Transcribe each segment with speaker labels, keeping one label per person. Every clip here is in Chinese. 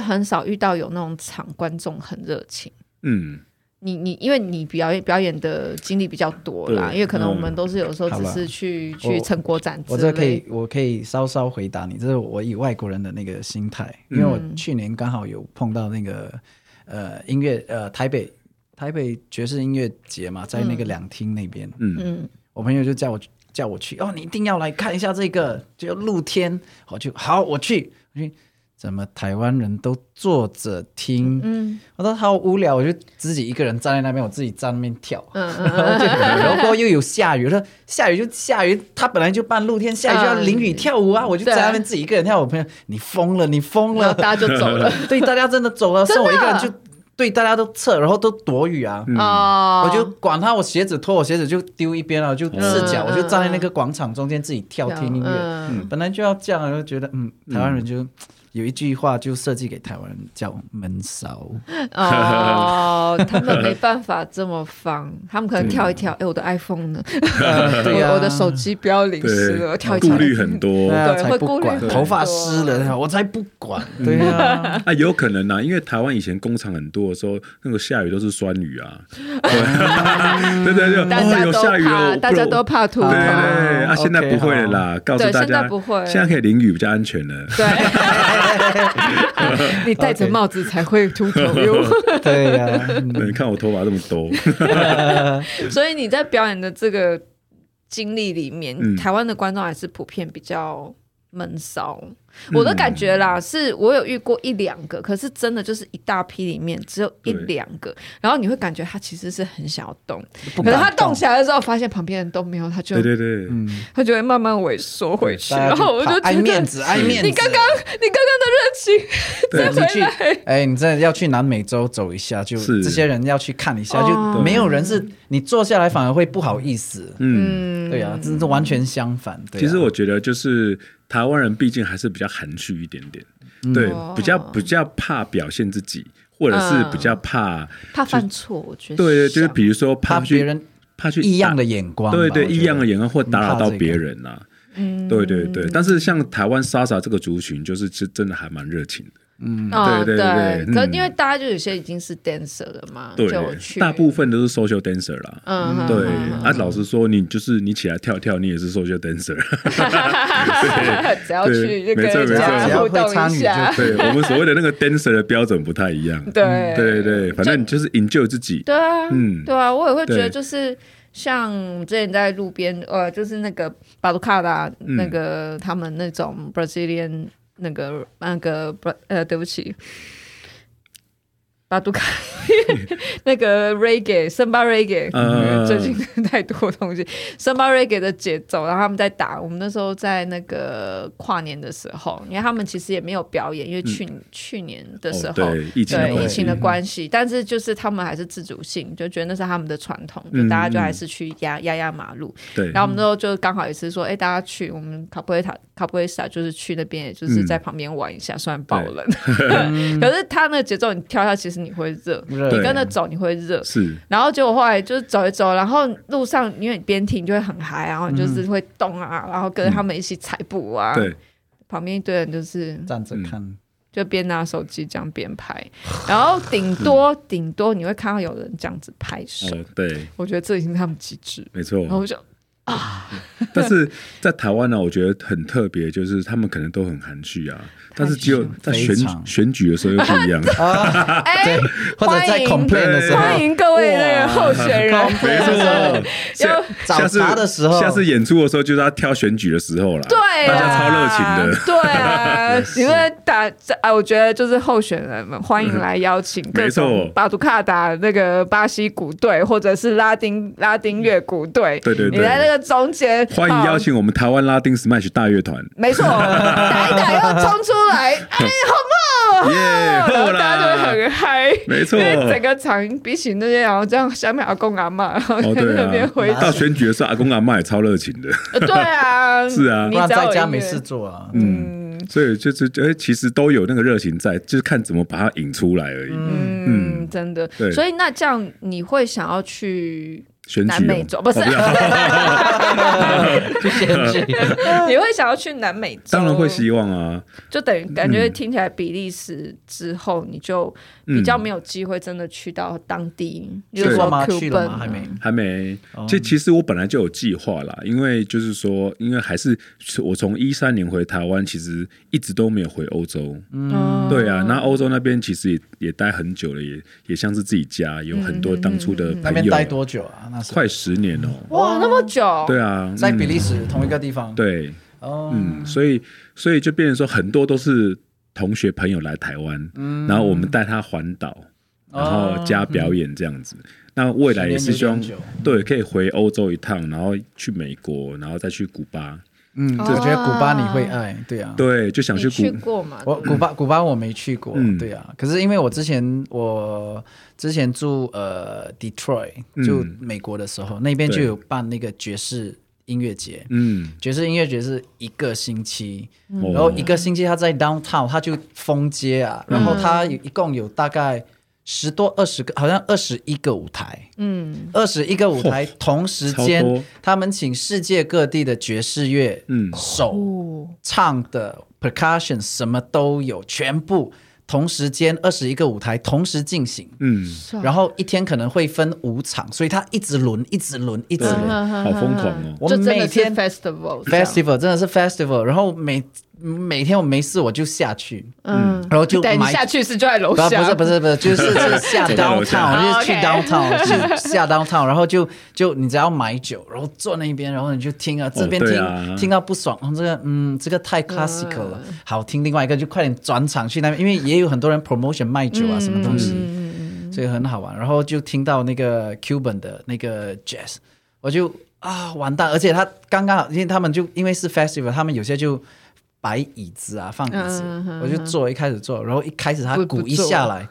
Speaker 1: 很少遇到有那种场观众很热情。
Speaker 2: 嗯，
Speaker 1: 你你因为你表演表演的经历比较多啦，
Speaker 2: 对
Speaker 1: 因为可能我
Speaker 2: 嗯
Speaker 1: 们都是有时候
Speaker 3: 好
Speaker 1: 只
Speaker 3: 吧
Speaker 1: 是去
Speaker 3: 我
Speaker 1: 去成果展之
Speaker 3: 嗯我
Speaker 1: 类。
Speaker 3: 这可以，我可以稍稍回答你，这是我以外国人的那个心态，因为我
Speaker 1: 嗯
Speaker 3: 去年刚好有碰到那个呃音乐呃台北台北爵士音乐节嘛，在那个两厅那边，
Speaker 1: 嗯，
Speaker 3: 我朋友就叫我叫我去，哦，你一定要来看一下这个，就露天，我就好，我去，我去，怎么台湾人都坐着听？嗯，我说好无聊，我就自己一个人站在那边，我自己站那边跳，嗯嗯 然后又有下雨，我说下雨就下雨，他本来就办露天，下雨就要淋雨跳舞啊，我就
Speaker 1: 对
Speaker 3: 在那边自己一个人跳，我朋友你疯了，你疯
Speaker 1: 然
Speaker 3: 了
Speaker 1: 后，大家就走了。
Speaker 3: 对，大家真的啊走了，
Speaker 1: 真
Speaker 3: 剩
Speaker 1: 的
Speaker 3: 我一个人就。对，大家都撤，然后都躲雨啊。
Speaker 1: 哦，
Speaker 3: 我就管他，我鞋子脱，我鞋子就丢一边了，我就赤
Speaker 1: 嗯
Speaker 3: 脚，我就站在那个广场中间自己跳听音乐。
Speaker 1: 嗯
Speaker 3: 本来就要这样，然后觉得嗯，台湾人就、有一句话就设计给台湾人叫闷骚，
Speaker 1: 哦，他们没办法这么放，他们可能跳一跳，哎，我的 iPhone 呢？
Speaker 3: 呃对啊呀、
Speaker 1: 我我的手机不要淋湿了，我跳
Speaker 2: 对，
Speaker 1: 一跳
Speaker 2: 顾。虑很多
Speaker 3: 对。啊，
Speaker 1: 对
Speaker 3: 才
Speaker 1: 会
Speaker 3: 不
Speaker 1: 顾虑
Speaker 3: 管
Speaker 1: 很多
Speaker 3: 头发湿了，我才不管。 对啊，
Speaker 2: 啊，有可能啊，因为台湾以前工厂很多的时候，那个下雨都是酸雨 啊， 对对对，
Speaker 1: 嗯大
Speaker 2: 哦
Speaker 1: 家
Speaker 2: 有
Speaker 1: 都
Speaker 2: 下雨
Speaker 1: 怕，
Speaker 2: 哦，
Speaker 1: 大家都怕秃头
Speaker 2: 对对对，
Speaker 3: 啊
Speaker 2: 啊，现在
Speaker 3: OK，
Speaker 2: 不会了啦，告诉
Speaker 1: 对
Speaker 2: 大
Speaker 1: 现
Speaker 2: 家
Speaker 1: 在不会
Speaker 2: 现在可以淋雨比较安全 了。
Speaker 1: 对，你戴着帽子才会秃头哟。
Speaker 3: 对啊呀、
Speaker 2: 对，你看我头发这么多，
Speaker 1: 所以你在表演的这个经历里面，
Speaker 2: 嗯
Speaker 1: 台湾的观众还是普遍比较闷骚。我的感觉
Speaker 2: 嗯
Speaker 1: 啦，是我有遇过一两个，可是真的就是一大批里面只有一
Speaker 2: 对
Speaker 1: 两个，然后你会感觉他其实是很想要动，
Speaker 3: 不
Speaker 1: 可
Speaker 3: 敢
Speaker 1: 是他动起来的时候，发现旁边人都没有，他 就嗯
Speaker 2: 对对对，嗯
Speaker 1: 他就会慢慢萎缩回去，
Speaker 3: 大家
Speaker 1: 然后我就
Speaker 3: 怕
Speaker 1: 觉得
Speaker 3: 爱面 子，爱面子。
Speaker 1: 你刚刚你刚刚的热情再
Speaker 3: 你
Speaker 1: 回
Speaker 3: 去
Speaker 1: 来，，
Speaker 3: 哎，你真的要去南美洲走一下，就是这些人要去看一下，
Speaker 1: 哦
Speaker 3: 就没有人是你坐下来反而会不好意思。
Speaker 2: 嗯，
Speaker 3: 对啊，真是完全相反。对啊
Speaker 2: 其实我觉得就是台湾人毕竟还是比较含蓄一点点，对
Speaker 1: 哦，
Speaker 2: 比较比较怕表现自己，或者是比较怕，
Speaker 1: 怕犯错，我觉得
Speaker 2: 对对，就是
Speaker 1: 想
Speaker 2: 比如说怕
Speaker 3: 怕
Speaker 2: 去
Speaker 3: 别人
Speaker 2: 怕去
Speaker 3: 异样
Speaker 2: 打
Speaker 3: 的眼光吧，
Speaker 2: 对对，
Speaker 3: 我觉得
Speaker 2: 异样的眼光或打扰
Speaker 3: 很怕
Speaker 2: 到
Speaker 3: 这个
Speaker 2: 别人呐、啊。
Speaker 1: 嗯
Speaker 2: 对对对，但是像台湾莎莎这个族群，就是是真的还蛮热情的，
Speaker 1: 哦，
Speaker 2: 对对对
Speaker 1: 可
Speaker 2: 嗯
Speaker 1: 因为大家就有些已经是 dancer 了嘛，
Speaker 2: 对
Speaker 1: 就我，去
Speaker 2: 大部分都是 social dancer 啦。
Speaker 1: 嗯嗯
Speaker 2: 对，啊，老实说，你就是你起来跳跳，你也是 social dancer。
Speaker 1: 只要去就
Speaker 2: 对没
Speaker 1: 跟
Speaker 2: 错
Speaker 1: 人
Speaker 2: 没错
Speaker 1: 家互动
Speaker 3: 只要会参
Speaker 1: 一
Speaker 3: 与
Speaker 1: 下
Speaker 3: 就，嗯
Speaker 2: 对我们所谓的那个 dancer 的标准不太一样。
Speaker 1: 对
Speaker 2: 对对，反正你就是 enjoy 自己。
Speaker 1: 对啊，
Speaker 2: 嗯
Speaker 1: 对啊，我也会觉得
Speaker 2: 对
Speaker 1: 就是。像之前在路边，呃，就是那个巴鲁卡达
Speaker 2: 嗯
Speaker 1: 那个、他们那种 Brazilian 那个那个不呃，对不起，巴杜卡 那个 reggae 森巴 reggae，、
Speaker 2: 嗯
Speaker 1: 最近太多东西，森巴 reggae 的节奏，然后他们在打。我们那时候在那个跨年的时候，因为他们其实也没有表演，因为去、去年的时
Speaker 2: 嗯哦，
Speaker 1: 候，
Speaker 2: 对，嗯疫情的
Speaker 1: 对
Speaker 2: 关
Speaker 1: 疫
Speaker 2: 系
Speaker 1: 情的关系，但是就是他们还是自主性，就觉得那是他们的传统，就
Speaker 2: 嗯
Speaker 1: 大家就还是去压压压马路。
Speaker 2: 对，
Speaker 1: 然后我们之后就刚好也是说，哎，大家去我们卡布瑞塔卡布瑞萨，就是去那边，也就是在旁边玩一下，虽然爆冷， 可是他那个节奏你跳下，其实你会热，
Speaker 3: 热
Speaker 1: 你
Speaker 2: 对
Speaker 1: 跟着走你会热。
Speaker 2: 是
Speaker 1: 然后结果后来就是走一走，然后路上因为你边听你就会很嗨，然后你就是会动啊，然后跟着他们一起踩步啊，
Speaker 2: 对，
Speaker 1: 旁边一堆人就是
Speaker 3: 站着
Speaker 2: 嗯
Speaker 3: 看，
Speaker 1: 就边拿手机这样边拍，然后顶 多顶多你会看到有人这样子拍手，
Speaker 2: 哦，对，
Speaker 1: 我觉得这已经是他们极致。
Speaker 2: 没错。
Speaker 1: 然后我 就
Speaker 2: 但是在台湾呢，我觉得很特别，就是他们可能都很含蓄啊，但是只有在选
Speaker 3: 非常
Speaker 2: 选举的时候又不一 样。
Speaker 3: 哦
Speaker 1: 哎，
Speaker 3: 或者在
Speaker 1: 欢迎
Speaker 3: complain 的时候，
Speaker 1: 欢迎各位那个候选人，
Speaker 2: 啊没错，
Speaker 1: 要
Speaker 3: 找
Speaker 2: 下次
Speaker 3: 茬的时候，
Speaker 2: 下次演出的时候就是要挑选举的时候啦。
Speaker 1: 对
Speaker 2: 大
Speaker 1: 啊，
Speaker 2: 家超热情的。
Speaker 1: 对 啊，你们打啊，我觉得就是候选人们欢迎来邀请各
Speaker 2: 没错
Speaker 1: 种巴杜卡达那个巴西鼓队，或者是拉丁拉丁乐鼓队，
Speaker 2: 对对对
Speaker 1: 你在那个中间
Speaker 2: 欢迎邀。
Speaker 1: 哦
Speaker 2: 请我们台湾拉丁 Smash 大乐团，
Speaker 1: 没错，打一打又冲出来，哎，好不好？
Speaker 2: 耶
Speaker 1: 然
Speaker 2: 好
Speaker 1: 后
Speaker 2: 啦
Speaker 1: 大家就会很嗨，
Speaker 2: 没错
Speaker 1: 因为整个场比起那些，然后这样下面阿公阿妈，然后
Speaker 2: 哦，
Speaker 1: 在
Speaker 2: 对
Speaker 1: 那边
Speaker 2: 啊
Speaker 1: 挥，
Speaker 2: 到选举的时候，阿公阿妈也超热情的，
Speaker 1: 呃对啊，
Speaker 2: 是啊
Speaker 1: 你
Speaker 3: 不然
Speaker 1: 只要
Speaker 3: 在
Speaker 1: 有
Speaker 3: 家
Speaker 1: 音乐
Speaker 3: 没事做啊。
Speaker 2: 嗯
Speaker 1: 嗯
Speaker 2: 所以就是，哎，其实都有那个热情在，就是看怎么把它引出来而已。
Speaker 1: 嗯，嗯，真的
Speaker 2: 对。
Speaker 1: 所以那这样你会想要去
Speaker 2: 选
Speaker 1: 南
Speaker 2: 举啊
Speaker 1: 美洲？不
Speaker 2: 哦
Speaker 1: 是，
Speaker 3: 去选举，
Speaker 1: 你会想要去南美洲？
Speaker 2: 当然会希望啊，
Speaker 1: 就等于感觉听起来比利时之后，你就比较没有机会真的去到当地，比如
Speaker 3: 去
Speaker 1: 说
Speaker 3: 过吗？
Speaker 1: Q
Speaker 3: 去了吗？还
Speaker 1: 哦
Speaker 3: 没。
Speaker 2: 还没。其其实我本来就有计划啦，因为就是说，因为还是我从一三年回台湾，其实一直都没有回欧洲。
Speaker 1: 嗯，
Speaker 2: 对啊，那欧洲那边其实也也待很久了，也也像是自己家，有很多当初的
Speaker 3: 那
Speaker 2: 朋
Speaker 3: 边
Speaker 2: 友，
Speaker 3: 待多久啊？那时候
Speaker 2: 快十年哦、
Speaker 1: 哇，那么久，
Speaker 2: 对啊，
Speaker 3: 在比
Speaker 2: 嗯
Speaker 3: 利时同一个地方。，
Speaker 2: 对，
Speaker 3: 哦，
Speaker 2: 嗯，所以所以就变成说，很多都是同学朋友来台湾，然后我们带他环岛，
Speaker 3: 哦
Speaker 2: 然后加表演这样子。那未来也是希望
Speaker 3: 时间有点
Speaker 2: 对可以回欧洲一趟，然后去美国，然后再去古巴。
Speaker 3: 嗯，
Speaker 1: 哦
Speaker 3: 我觉得古巴你会爱，对啊。
Speaker 2: 对，就想
Speaker 1: 你
Speaker 2: 去
Speaker 1: 去
Speaker 2: 古
Speaker 1: 过吗？
Speaker 3: 我古巴古巴我没去过，
Speaker 2: 嗯
Speaker 3: 对啊。可是因为我之前我之前住呃 Detroit，就美国的时候，那边就
Speaker 2: 嗯对
Speaker 3: 有办那个爵士音乐节。
Speaker 2: 嗯，
Speaker 3: 爵士音乐节是一个星期，
Speaker 2: 哦
Speaker 3: 然后一个星期他在 downtown，他就封街啊，然后他一共有大概十多二十个，好像二十一个舞台，
Speaker 1: 嗯，
Speaker 3: 二十一个舞台同时
Speaker 2: 嗯
Speaker 3: 间
Speaker 2: 超多，
Speaker 3: 他们请世界各地的爵士乐
Speaker 2: 嗯
Speaker 3: 手
Speaker 1: 哦，
Speaker 3: 唱的 percussion 什么都有，全部同时间二十一个舞台同时进行。
Speaker 2: 嗯，
Speaker 1: 是啊
Speaker 3: 然后一天可能会分五场，所以他一直轮，一直轮，一直
Speaker 2: 对
Speaker 1: 嗯
Speaker 3: 轮。
Speaker 2: 好疯狂哦！
Speaker 3: 我
Speaker 1: 就真的
Speaker 3: 每
Speaker 1: 是
Speaker 3: 天
Speaker 1: festival 这样
Speaker 3: festival 真的是 festival，然后每每天我没事我就下去，
Speaker 1: 嗯，
Speaker 3: 然后就
Speaker 1: 等
Speaker 3: 买
Speaker 1: 下去是就在楼
Speaker 3: 不
Speaker 1: 下，
Speaker 3: 不是不是不是，就是 就是下
Speaker 2: 走到楼下哦
Speaker 3: downtown，就是去
Speaker 1: OK
Speaker 3: downtown，就是下 downtown，然后就就你只要买酒，然后坐那边，然后你就听啊，这边
Speaker 2: 对
Speaker 3: 听、
Speaker 2: 啊嗯
Speaker 3: 听到不爽，哦、这个嗯这个太 classical 了，好听，另外一个就快点转场去那边，因为也有很多人 promotion 卖
Speaker 2: 嗯
Speaker 3: 酒啊、什么东西，
Speaker 1: 嗯
Speaker 3: 所以很好玩。然后就听到那个 Cuban 的那个 jazz，我就啊完蛋，而且他刚刚好因为他们就因为是 festival，他们有些就。摆椅子啊，放椅子，
Speaker 1: 嗯嗯嗯
Speaker 3: 我就坐，一开始坐，然后一开始他
Speaker 1: 不不
Speaker 3: 鼓一
Speaker 1: 坐
Speaker 3: 下来，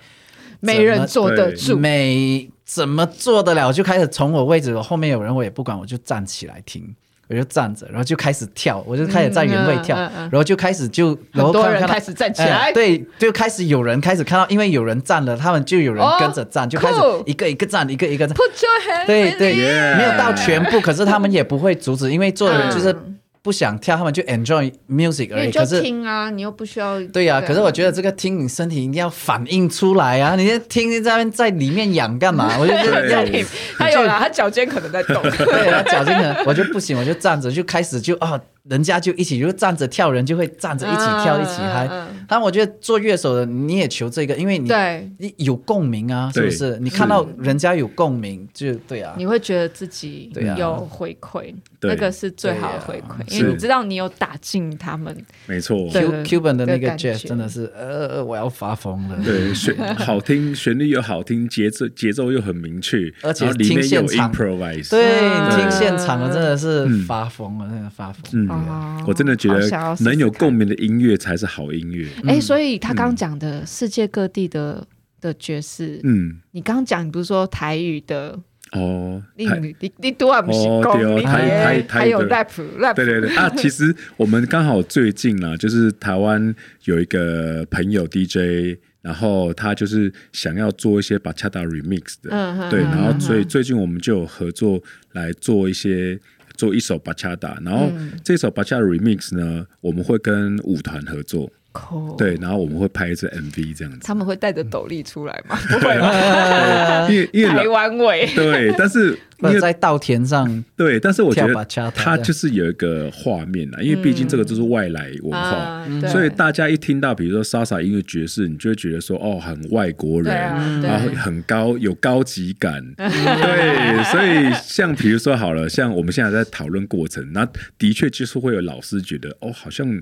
Speaker 1: 没人坐得
Speaker 2: 对
Speaker 1: 住，
Speaker 3: 每怎么做得了，我就开始从我位置，我后面有人我也不管，我就站起来听。我就站着，然后就开始跳，我就开始在原位跳，
Speaker 1: 嗯嗯嗯嗯
Speaker 3: 然后就开始就，然后
Speaker 1: 多
Speaker 3: 看
Speaker 1: 人
Speaker 3: 看到
Speaker 1: 开始站起来
Speaker 3: 哎对，就开始有人开始看到，因为有人站了，他们就有人
Speaker 1: 哦
Speaker 3: 跟着站，就开始
Speaker 1: 酷
Speaker 3: 一个一个站，一个一 个站，
Speaker 1: Put your hands
Speaker 3: 对
Speaker 1: in
Speaker 3: 对
Speaker 1: the air
Speaker 2: 耶
Speaker 3: 没有到全部，可是他们也不会阻止，因为做的人就是
Speaker 1: 嗯
Speaker 3: 不想跳，他们就 enjoy music
Speaker 1: 因
Speaker 3: 而
Speaker 1: 为你
Speaker 3: 已，哎可
Speaker 1: 就是听啊，你又不需要。
Speaker 3: 对呀、可是我觉得这个听你身体一定要反应出来啊！你在听在那边在里面痒 干嘛？我就觉得
Speaker 2: 对
Speaker 1: 啊在听，他有啦，他脚尖可能在 动。
Speaker 3: 对啊，脚筋可能我就不行，我就站着就开始就啊、人家就一起就站着跳，人就会站着一起跳、
Speaker 1: 嗯
Speaker 3: 一起嗨
Speaker 1: 嗯嗯。
Speaker 3: 但我觉得做乐手的你也求这个，因为你
Speaker 1: 对，
Speaker 3: 你有共鸣啊，是不是
Speaker 2: 对？
Speaker 3: 你看到人家有共鸣，就对啊。
Speaker 1: 你会觉得自己
Speaker 3: 对啊
Speaker 1: 有回馈，
Speaker 2: 对
Speaker 1: 那个是最好的回馈，
Speaker 3: 对啊
Speaker 1: 因为
Speaker 2: 是
Speaker 1: 你知道你有打进他们。
Speaker 2: 没错，
Speaker 1: 对
Speaker 3: Q Cuban 的那个
Speaker 1: 的感觉
Speaker 3: jazz 真的是呃，我要发疯了。
Speaker 2: 对旋好听，旋律又好听，节奏节奏又很明确，
Speaker 3: 而且
Speaker 2: 然后里面
Speaker 3: 听现
Speaker 2: 有
Speaker 3: 场
Speaker 2: improvise。
Speaker 3: 对，
Speaker 1: 对
Speaker 3: 你听现场的真的是发疯了，真的发疯。
Speaker 1: 哦
Speaker 2: 嗯，我真的觉
Speaker 1: 好想要
Speaker 2: 得
Speaker 1: 试试
Speaker 2: 能有
Speaker 1: 看
Speaker 2: 共鸣的音乐才是好音乐。
Speaker 3: 嗯
Speaker 1: 哎、所以他刚讲的世界各地的的爵士，
Speaker 2: 嗯，
Speaker 1: 你刚讲你不是说台语的，
Speaker 2: 哦，
Speaker 1: 你
Speaker 2: 台
Speaker 1: 你你都啊不是
Speaker 2: 哦
Speaker 1: 讲
Speaker 2: 对哦
Speaker 1: 你
Speaker 2: 台
Speaker 1: 也
Speaker 2: 台台
Speaker 1: 还有
Speaker 2: 的
Speaker 1: rap rap，
Speaker 2: 对对对啊！其实我们刚好最近啦，就是台湾有一个朋友 DJ，然后他就是想要做一些把恰达 remix 的，
Speaker 1: 嗯哼
Speaker 2: 对，
Speaker 1: 嗯
Speaker 2: 然后所以最近我们就有合作来做一些。做一首巴恰达，然后
Speaker 1: 嗯
Speaker 2: 这首巴恰 remix 呢，我们会跟舞团合作，
Speaker 1: 口，
Speaker 2: 对，然后我们会拍一支 MV 这样子，
Speaker 1: 他们会带着斗笠出来 吗？
Speaker 2: 因为啊因为
Speaker 1: 呃台
Speaker 2: 老
Speaker 1: 湾味，
Speaker 2: 对，但 是因
Speaker 3: 或者
Speaker 2: 为
Speaker 3: 在稻田上
Speaker 2: 对，但是我觉
Speaker 3: 跳 bachata
Speaker 2: 得它就是有一个画面啦，因为毕竟这个就是外来文化，
Speaker 1: 嗯啊对
Speaker 2: 所以大家一听到比如说莎莎音乐爵士，你就会觉得说哦，很外国人，
Speaker 1: 对啊对
Speaker 2: 然后很高有高级 感，对，所以像比如说好了，像我们现在在讨论过程，那的确就是会有老师觉得哦，好像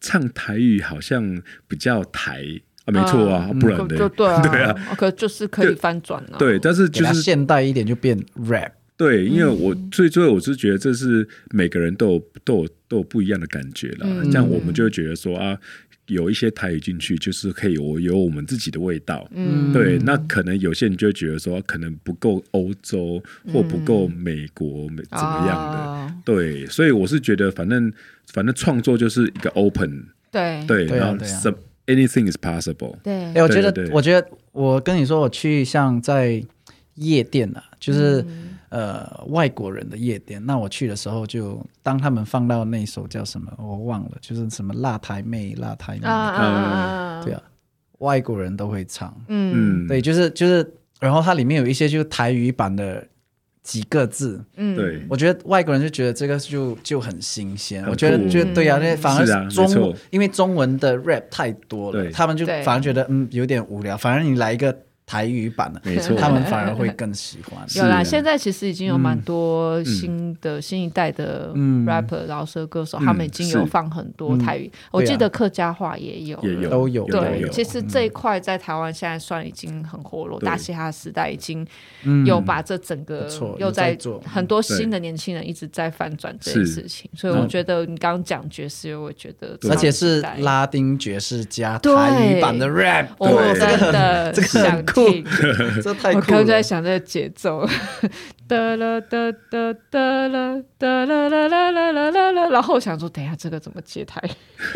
Speaker 2: 唱台语好像比较台啊，没错啊，不然
Speaker 1: 就
Speaker 2: 的
Speaker 1: 就对啊， 对啊，可就是可以翻转啊，
Speaker 2: 对，但是
Speaker 3: 给
Speaker 2: 就
Speaker 3: 它
Speaker 2: 是
Speaker 3: 现代一点就变 rap。
Speaker 1: 嗯
Speaker 2: 对，因为
Speaker 3: 嗯
Speaker 2: 我最最后我是觉得这是每个人都有都有都有不一样的感觉啦。
Speaker 3: 嗯
Speaker 2: 这样我们就会觉得说啊，有一些台语进去就是可以我有我们自己的味道。
Speaker 1: 嗯
Speaker 2: 对，那可能有些人就会觉得说，可能不够欧洲
Speaker 3: 嗯
Speaker 2: 或不够美国，美怎么样的？
Speaker 1: 哦
Speaker 2: 对，所以我是觉得，反正反正创作就是一个 open，
Speaker 1: 对
Speaker 2: 对，
Speaker 3: 对啊
Speaker 2: 然后
Speaker 3: 对啊
Speaker 2: 什 anything is possible。
Speaker 1: 对
Speaker 3: 哎、，我觉得，
Speaker 2: 对对对
Speaker 3: 我觉得，我跟你说，我去像在夜店啊，就是、
Speaker 1: 嗯
Speaker 3: 呃外国人的夜店，那我去的时候就当他们放到那首叫什么我忘了，就是什么辣台妹，辣台妹，
Speaker 1: 啊啊啊啊啊！
Speaker 3: 对啊，外国人都会唱，
Speaker 1: 嗯
Speaker 2: 嗯，
Speaker 3: 对，就是就是，然后它里面有一些就是台语版的几个字，
Speaker 1: 嗯，
Speaker 2: 对，
Speaker 3: 我觉得外国人就觉得这个就就很新鲜，
Speaker 2: 很
Speaker 3: 我觉得
Speaker 2: 酷
Speaker 3: 就
Speaker 1: 嗯
Speaker 3: 对啊，那反
Speaker 2: 是啊
Speaker 3: 而
Speaker 2: 没
Speaker 3: 中文、
Speaker 2: 错
Speaker 3: 因为中文的 rap 太多了
Speaker 2: 对，
Speaker 3: 他们就
Speaker 1: 对
Speaker 3: 反而觉得嗯有点无聊，反而你来一个台语版的，
Speaker 2: 没错
Speaker 3: 他们反而会更喜欢。
Speaker 1: 有啦，
Speaker 2: 啊
Speaker 1: 现在其实已经有蛮
Speaker 2: 嗯
Speaker 1: 多新的、新一代的
Speaker 3: 嗯
Speaker 1: rapper 饶舌歌手，
Speaker 2: 嗯
Speaker 1: 他们已经有
Speaker 2: 是
Speaker 1: 放很多台语，我记得客家话也有了，
Speaker 2: 也有
Speaker 3: 都有
Speaker 2: 有
Speaker 1: 对，
Speaker 2: 有
Speaker 1: 其实
Speaker 3: 嗯
Speaker 1: 这一块在台湾现在算已经很活络，
Speaker 2: 对
Speaker 1: 大嘻哈时代已经
Speaker 3: 嗯
Speaker 1: 有把这整个
Speaker 3: 不错
Speaker 1: 又
Speaker 3: 有在
Speaker 1: 在
Speaker 3: 做嗯
Speaker 1: 很多新的年轻人一直在翻转这件事情，所以我觉得你刚刚讲爵士乐，我觉得
Speaker 3: 而且是
Speaker 1: 超期待，
Speaker 3: 拉丁爵士加
Speaker 1: 对
Speaker 3: 台语版的 rap，
Speaker 1: 我
Speaker 2: 对
Speaker 3: 这
Speaker 1: 真
Speaker 3: 个
Speaker 1: 的
Speaker 3: 很这个
Speaker 1: 想
Speaker 3: 很酷，
Speaker 1: 听。
Speaker 3: 这太
Speaker 1: 我
Speaker 3: 酷
Speaker 1: 刚刚就在
Speaker 3: 了。
Speaker 1: 想这个节奏，哒啦哒哒哒啦哒啦啦啦啦啦啦啦，然后我想说，等一下这个怎么接台？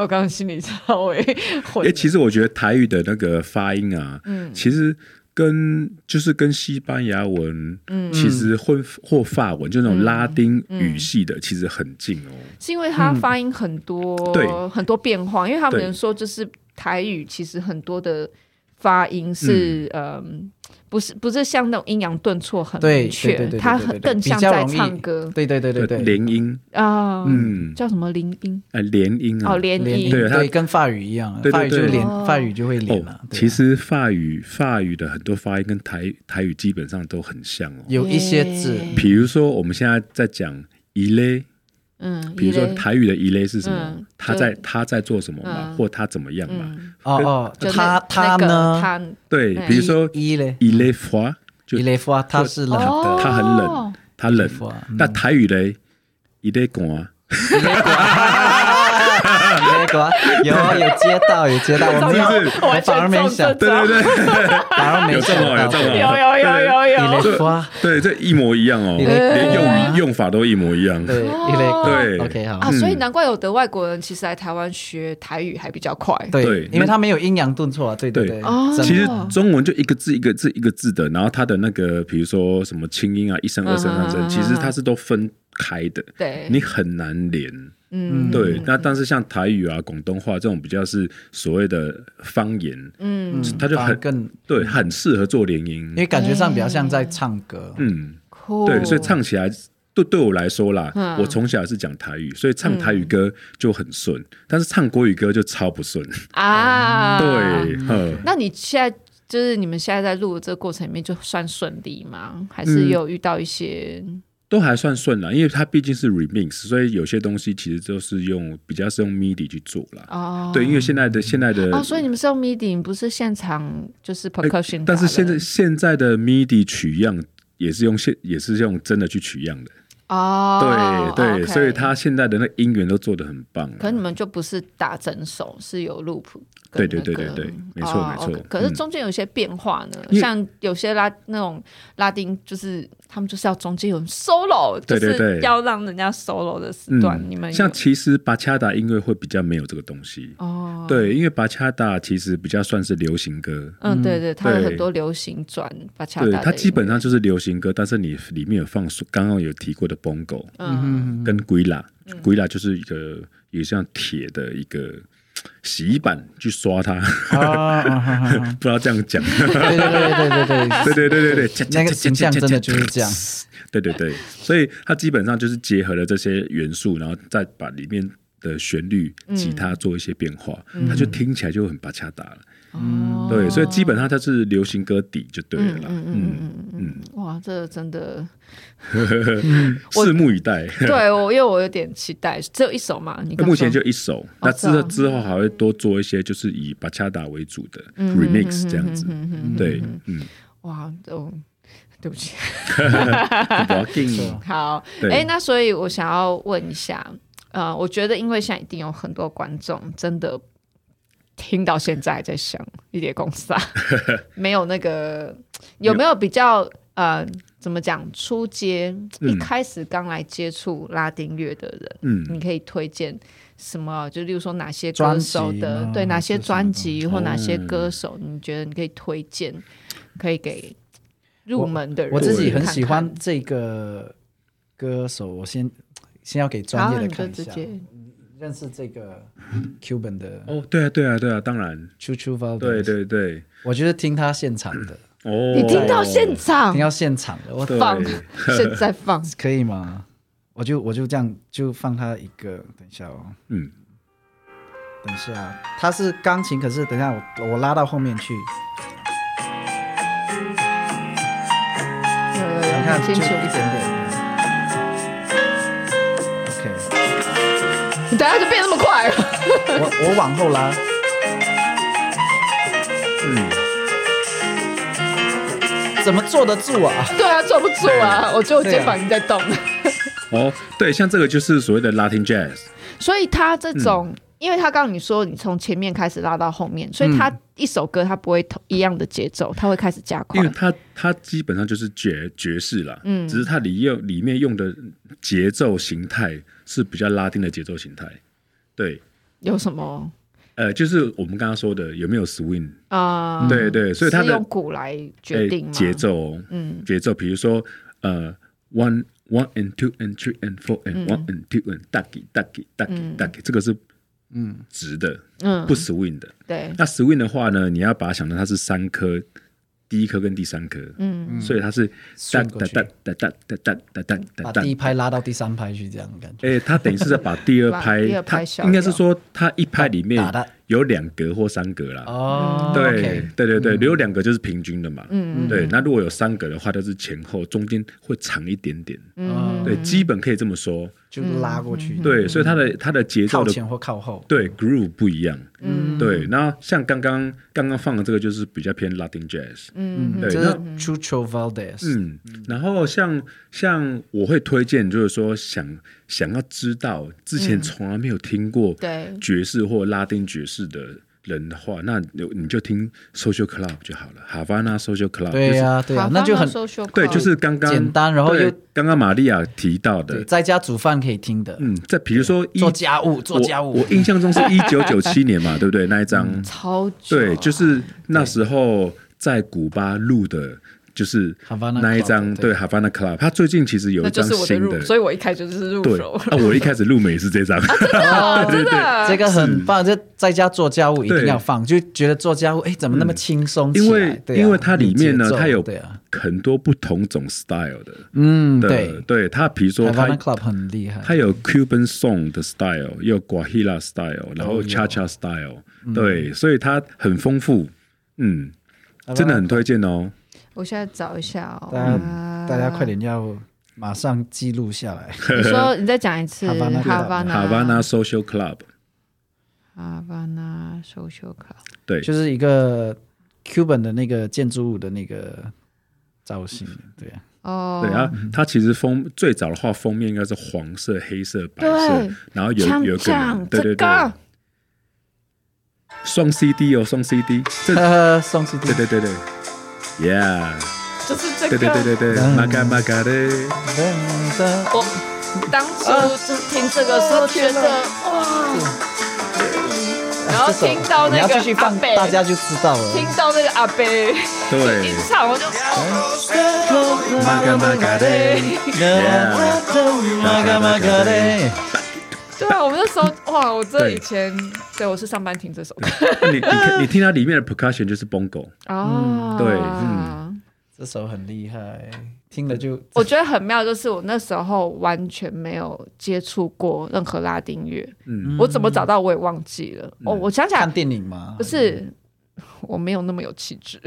Speaker 1: 我刚刚心里稍微混嗯
Speaker 2: 哎、
Speaker 1: 了。
Speaker 2: 其实我觉得台语的那个发音啊，其实跟就是跟西班牙文，
Speaker 1: 嗯
Speaker 2: 其实混或法文，就那种拉丁语系
Speaker 1: 嗯
Speaker 2: 的，其实很近哦。
Speaker 1: 是因为
Speaker 3: 嗯
Speaker 1: 它发音很多，
Speaker 2: 对
Speaker 1: 很多变化，因为他们
Speaker 2: 对
Speaker 1: 说就是台语其实很多的发音是嗯。不是不是像那种阴阳顿挫很
Speaker 3: 对
Speaker 1: 明确
Speaker 3: 对对对，对
Speaker 1: 它
Speaker 3: 对
Speaker 1: 很
Speaker 3: 对
Speaker 1: 更
Speaker 3: 比
Speaker 1: 像
Speaker 3: 较
Speaker 1: 在
Speaker 3: 容易
Speaker 1: 唱歌
Speaker 3: 对对对对对，
Speaker 2: 连音，
Speaker 1: 啊，
Speaker 2: 嗯，
Speaker 1: 叫什么林音
Speaker 2: 哎、连音啊，
Speaker 1: 哦，连
Speaker 3: 嗯连音
Speaker 1: 音
Speaker 2: 对它
Speaker 3: 对，跟法语一样啊，
Speaker 2: 对对
Speaker 3: 法语就
Speaker 2: 对
Speaker 3: 连
Speaker 1: 哦
Speaker 3: 法语就会连了
Speaker 2: 哦。，
Speaker 3: 对啊
Speaker 2: 其实法语法语的很多发音跟台台语基本上都很像哦。
Speaker 3: 有一些字，
Speaker 1: 耶
Speaker 2: 比如说我们现在在讲一类，
Speaker 1: 嗯，
Speaker 2: 比如说
Speaker 1: 一类
Speaker 2: 台语的一类是什
Speaker 1: 嗯
Speaker 2: 么？他在
Speaker 1: 就
Speaker 2: 他在做什么嘛，
Speaker 1: 嗯
Speaker 2: 或他怎么样嘛？
Speaker 1: 嗯，
Speaker 3: 哦哦
Speaker 1: 就，
Speaker 3: 他
Speaker 1: 那
Speaker 3: 他
Speaker 1: 那个
Speaker 3: 呢？
Speaker 1: 他
Speaker 2: 对，比如说
Speaker 1: 嗯
Speaker 3: 一嘞，
Speaker 2: 一类花，就
Speaker 3: 伊雷夫啊，他是冷
Speaker 1: 哦
Speaker 3: 的，
Speaker 2: 他很冷，他冷
Speaker 3: 衣服啊。
Speaker 2: 那台语嘞，一类寒，
Speaker 3: 伊雷瓜有有接到有 接到，我没有
Speaker 2: 是不，
Speaker 3: 我反而没想
Speaker 1: 完全中，
Speaker 2: 对对对，
Speaker 3: 反而没
Speaker 2: 有中
Speaker 3: 想
Speaker 2: 哦，有中
Speaker 3: 到。
Speaker 1: 有有
Speaker 2: 哦，
Speaker 1: 有有有，
Speaker 3: 伊雷夫啊，
Speaker 2: 对，这一模一样哦，
Speaker 3: 一类瓜
Speaker 2: 连用语用法都一模一样。
Speaker 3: 对
Speaker 1: 哦
Speaker 3: 伊雷瓜
Speaker 2: 对
Speaker 3: ，OK 好。
Speaker 1: 啊，所以难怪有的外国人其实来台湾学台语还比较快。
Speaker 3: 对
Speaker 2: 对，
Speaker 3: 因为
Speaker 2: 那
Speaker 3: 他没有阴阳顿挫啊，对对
Speaker 2: 对
Speaker 1: 哦
Speaker 3: 真的
Speaker 2: 其实中文就一个字一个字一个字的，然后它的那个比如说什么清音啊，一声、二声、三
Speaker 1: 嗯嗯嗯
Speaker 2: 声，
Speaker 1: 嗯
Speaker 2: 其实它是都分开的，
Speaker 1: 对，
Speaker 2: 你很难连。
Speaker 1: 嗯，
Speaker 2: 对，那但是像台语啊、广东话这种比较是所谓的方言，
Speaker 1: 嗯，
Speaker 2: 它就
Speaker 3: 反而
Speaker 2: 很
Speaker 3: 更，
Speaker 2: 对，很适合做联音
Speaker 3: 因。为感觉上比较像在唱歌，
Speaker 2: 嗯，
Speaker 1: 酷，
Speaker 2: 对，所以唱起来对对我来说啦，
Speaker 1: 哦嗯
Speaker 2: 我从小是讲台语，所以唱台语歌就很顺，但是唱国语歌就超不顺。
Speaker 1: 啊，
Speaker 2: 对，呵
Speaker 1: 那你现在就是你们现在在录的这个过程里面，就算顺利吗？还是有遇到一些
Speaker 2: 都还算顺啦，因为它毕竟是 remix，所以有些东西其实就是用比较是用 MIDI 去做啦。
Speaker 1: 哦？
Speaker 2: 对，因呃为现在的现在的
Speaker 1: 哦，所以你们是用 MIDI，不是现场就是 percussion，
Speaker 2: 哎但是现在
Speaker 1: 打的
Speaker 2: 现在的 MIDI 取样也是用现也是用真的去取样的，
Speaker 1: 哦，
Speaker 2: 对对
Speaker 1: OK
Speaker 2: 所以他现在的那音源都做得很棒啊。
Speaker 1: 可你们就不是打整首，是有 loop 跟那个。
Speaker 2: 对对对对对没错
Speaker 1: 哦
Speaker 2: 没错
Speaker 1: OK 可是
Speaker 2: 嗯
Speaker 1: 中间有一些变化呢，
Speaker 2: 因为
Speaker 1: 像有些拉那种拉丁，就是他们就是要中间有 solo，
Speaker 2: 对对
Speaker 1: 就
Speaker 2: 对
Speaker 1: 是要让人家 solo 的时段，你们有
Speaker 2: 嗯像其实巴恰达音乐会比较没有这个东西，
Speaker 1: 哦，
Speaker 2: 对，因为巴恰达其实比较算是流行歌，
Speaker 1: 嗯，对对，他有
Speaker 2: 对
Speaker 1: 很多流行转把恰
Speaker 2: 对，
Speaker 1: 达，
Speaker 2: 它基本上就是流行歌，但是你里面有放苏刚刚有提过的 bongo
Speaker 1: 嗯
Speaker 2: 跟鬼拉，
Speaker 3: 嗯
Speaker 2: 鬼拉就是一个有像铁的一个洗衣板去刷它，
Speaker 3: 啊，啊啊啊啊
Speaker 2: 不知道这样讲，
Speaker 3: 对对对对对对，
Speaker 2: 对对对对对，
Speaker 3: 那个形象真的就是这样，
Speaker 2: 对对对，所以它基本上就是结合了这些元素，然后再把里面的旋律、吉
Speaker 3: 嗯
Speaker 2: 他做一些变化，它就听起来就很巴恰达了。
Speaker 1: 哦
Speaker 2: 对，所以基本上它是流行歌底就对了
Speaker 1: 嗯
Speaker 2: 啦。
Speaker 1: 嗯嗯嗯嗯嗯，哇，这真 的我
Speaker 2: 拭目以待。
Speaker 1: 对我，因为我有点期待，只有一首嘛，你刚
Speaker 2: 目前
Speaker 1: 说
Speaker 2: 就一首，那之后
Speaker 1: 是啊
Speaker 2: 之后还会多做一些，就是以巴恰达为主的
Speaker 1: 嗯
Speaker 2: remix 这样子。 对，嗯，
Speaker 1: 哇，哦，对不起。
Speaker 2: 不要定。
Speaker 1: 好，
Speaker 2: 对
Speaker 1: 哎、那所以我想要问一下，呃，我觉得因为现在一定有很多观众真的听到现在还在想一叠公 司啊，没有那个有没有比较呃，怎么讲初阶一开始刚来接触拉丁乐的人，
Speaker 2: 嗯
Speaker 1: 你可以推荐什么，啊就例如说哪些
Speaker 3: 专
Speaker 1: 歌
Speaker 3: 辑
Speaker 1: 手的
Speaker 3: 吗
Speaker 1: 对哪些
Speaker 3: 就是
Speaker 1: 专辑或哪些
Speaker 2: 哦
Speaker 1: 歌手，你觉得你可以推荐，可以给入门的人
Speaker 3: 我自己很
Speaker 1: 看
Speaker 3: 喜
Speaker 1: 看
Speaker 3: 欢这个歌手，我先先要给专
Speaker 1: 好
Speaker 3: 业
Speaker 1: 你
Speaker 3: 的看一
Speaker 1: 就直
Speaker 3: 下
Speaker 1: 接，
Speaker 3: 认识这个 Cuban 的
Speaker 2: 哦，对啊，对啊，对啊，当然，
Speaker 3: Chu Chu v a l
Speaker 2: 对，对对，
Speaker 3: 我就是听他现场的，
Speaker 2: 哦，
Speaker 1: 你听到现场
Speaker 3: 听到现场的，我
Speaker 2: 对
Speaker 1: 放，现在 放，
Speaker 3: 可以吗？我就我就这样就放他一个，等一下哦，
Speaker 2: 嗯，
Speaker 3: 等一下，哦他是钢琴，可是等一下我我拉到后面去，
Speaker 1: 有有有
Speaker 3: 你看
Speaker 1: 很
Speaker 3: 就一
Speaker 1: 清
Speaker 3: 点
Speaker 1: 楚。
Speaker 3: 点。OK。
Speaker 1: 你等下就变那么快了，
Speaker 3: 我我往后拉，
Speaker 2: 嗯，
Speaker 3: 怎么坐得住啊？
Speaker 1: 对啊，坐不住 啊，我觉得我肩膀已经在动了。
Speaker 2: 哦，对，像这个就是所谓的 Latin Jazz，
Speaker 1: 所以他这种，
Speaker 3: 嗯
Speaker 1: 因为他刚刚你说你从前面开始拉到后面，所以他
Speaker 3: 嗯
Speaker 1: 一首歌他不会同一样的节奏，他会开始加快
Speaker 2: 因为。它它基本上就是爵爵士啦，嗯，只是它里用里面用的节奏形态是比较拉丁的节奏形态，对，
Speaker 1: 有什么
Speaker 2: 呃，就是我们刚刚说的有没有 swing，
Speaker 1: 啊？
Speaker 2: 对对，所以它
Speaker 1: 是
Speaker 2: 的
Speaker 1: 用鼓来
Speaker 2: 呃
Speaker 1: 决定吗？
Speaker 2: 节奏，嗯，节奏，比如说呃，one one and two and three and four
Speaker 1: 嗯
Speaker 2: and one and two and d u c k y d u c k y d u c k y d u c k y 这个是嗯直的，
Speaker 1: 嗯
Speaker 2: 不 swing 的。
Speaker 1: 对，
Speaker 2: 那 swing 的话呢，你要把它想成它是三颗，第一颗跟第三颗，嗯，所以它是哒
Speaker 3: 顺过
Speaker 2: 哒
Speaker 3: 去
Speaker 2: 哒哒哒哒哒哒哒哒
Speaker 3: 把
Speaker 2: 哒
Speaker 3: 第。一拍拉到第三拍去，这样的感觉。
Speaker 2: 哎，它等于是在把第二
Speaker 1: 把第
Speaker 2: 拍
Speaker 1: 二，
Speaker 2: 它
Speaker 1: 拍消
Speaker 2: 应该是
Speaker 1: 掉
Speaker 2: 说它一拍里面
Speaker 3: 打的
Speaker 2: 有两格或三格啦。
Speaker 3: 哦，
Speaker 2: 对
Speaker 3: OK 嗯
Speaker 2: 对对对，留两个就是平均的嘛。嗯对，那如果有三个的话，就是前后中间会长一点点。
Speaker 1: 嗯
Speaker 3: 哦
Speaker 2: 对，基本可以这么说。
Speaker 3: 就拉过去，，
Speaker 2: 对，所以它的它的节奏
Speaker 3: 靠
Speaker 2: 的
Speaker 3: 前或靠后，
Speaker 2: 对 groove 不一样。嗯，对。那像刚刚刚刚放的这个就是比较偏 Latin jazz。
Speaker 1: 嗯，
Speaker 2: 对，
Speaker 3: 这
Speaker 2: 那
Speaker 3: 是 Chucho Valdez，
Speaker 2: 嗯，然后像像我会推荐，就是说想想要知道之
Speaker 3: 嗯
Speaker 2: 前从来没有听过
Speaker 1: 对
Speaker 2: 爵士或拉丁爵士的人的话，那你你就听 Social Club 就好了，Havana Social Club。
Speaker 3: 对
Speaker 2: 就是
Speaker 3: 呀，对呀
Speaker 1: 好，
Speaker 3: 那就很
Speaker 1: social
Speaker 2: 对，
Speaker 1: club
Speaker 2: 就是刚刚
Speaker 3: 简单然后
Speaker 2: 对
Speaker 3: 又
Speaker 2: 刚刚玛利亚提到的
Speaker 3: 对，，在家煮饭可以听的，
Speaker 2: 嗯，在比如说一
Speaker 3: 做家务，
Speaker 2: 我
Speaker 3: 做家嗯务
Speaker 2: 我，印象中是一九九七年 嘛，对不对？那一张，
Speaker 1: 超久啊
Speaker 2: 对，就是那时候在古巴录的，就是
Speaker 3: Havana
Speaker 2: 那一张
Speaker 3: Club，
Speaker 2: 对
Speaker 3: 对
Speaker 2: Havana Club，他最近其实有
Speaker 1: 那
Speaker 2: 一
Speaker 1: 就
Speaker 2: 张
Speaker 1: 是我的
Speaker 2: 新
Speaker 1: 入，所以我一开始就是入
Speaker 2: 对
Speaker 1: 手，
Speaker 2: 啊，我一开始录美是这张，
Speaker 1: 哦 真的啊
Speaker 3: 这个很棒，这在家做家务一定要放，就觉得做家务，哎，怎么那么轻松起来？
Speaker 2: 嗯因为
Speaker 3: 对啊
Speaker 2: 因为它里面呢
Speaker 3: 节，奏
Speaker 2: 它有
Speaker 3: 对啊，
Speaker 2: 很多不同种 style 的，
Speaker 3: 嗯，
Speaker 2: 的
Speaker 3: 对
Speaker 2: 对，它比如说它
Speaker 3: ，Havana Club 很厉害，
Speaker 2: 它有 Cuban song 的 style，也有 Guajira style，然后
Speaker 3: 有
Speaker 2: Cha Cha style，对，所以它很丰富，嗯，
Speaker 3: Havana
Speaker 2: 真的
Speaker 1: 啊
Speaker 2: 很推荐哦。
Speaker 1: 我现在找一下哦，
Speaker 3: 大家、
Speaker 1: 啊
Speaker 3: 大
Speaker 2: 嗯
Speaker 3: 家快。点要马上记录下来。
Speaker 1: 你说你再讲一次
Speaker 3: Havana Club
Speaker 2: Havana Social Club，
Speaker 1: Havana Social Club，
Speaker 2: 对，
Speaker 3: 就是一个 Cuban 的那个建筑物的那个造型，对啊，
Speaker 1: 哦，
Speaker 2: 对，然后它其实封最早的话，封面应该是黄色、黑色、白
Speaker 1: 对
Speaker 2: 色，然后有
Speaker 1: 像
Speaker 2: 有一个人，对
Speaker 1: 这
Speaker 2: 对对，
Speaker 1: 个
Speaker 2: 双 CD 哦，双 CD，这
Speaker 3: 呵呵，送 CD，
Speaker 2: 对对对对，Yeah，
Speaker 1: 就是这个，
Speaker 2: 对对对对对，马嘎马嘎的，
Speaker 3: 噔噔
Speaker 1: 我当初就听这个时候觉得哇，然后
Speaker 3: 啊这首
Speaker 1: 听到那个
Speaker 3: 你要继续
Speaker 1: 阿
Speaker 3: 放，
Speaker 1: 贝
Speaker 3: 大家就知道了。
Speaker 1: 听到那个阿贝一
Speaker 2: 对，
Speaker 1: 唱，我就
Speaker 2: 马嘎马嘎的，
Speaker 1: 对啊，我们那时候哇，我这
Speaker 2: 对
Speaker 1: 以前对我是上班听这首歌
Speaker 2: 你你你听它里面的 percussion 就是 bongo，
Speaker 1: 啊，
Speaker 2: 对嗯。
Speaker 3: 这首很厉害，听了就
Speaker 1: 我觉得很妙，就是我那时候完全没有接触过任何拉丁乐，
Speaker 2: 嗯
Speaker 1: 我怎么找到我也忘记了。哦，我想起来
Speaker 3: 看电影嘛，
Speaker 1: 不是，我没有那么有气 质。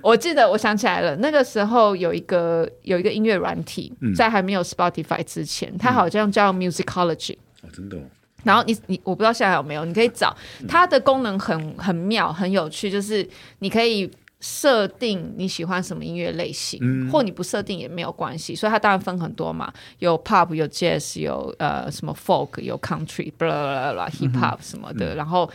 Speaker 1: 我记得，我想起来了，那个时候有一个有一个音乐软体，在还没有 Spotify 之前，它好像叫 Musicology。
Speaker 2: 哦，真的哦，
Speaker 1: 然后你你我不知道现在有没有，你可以找
Speaker 3: 嗯
Speaker 1: 它的功能很很妙很有趣，就是你可以设定你喜欢什么音乐类型，
Speaker 3: 嗯
Speaker 1: 或你不设定也没有关系。所以它当然分很多嘛，有 pop 有 jazz 有呃什么 folk 有 country blah blah blah
Speaker 3: 嗯
Speaker 1: blah hip hop 什么的，然后。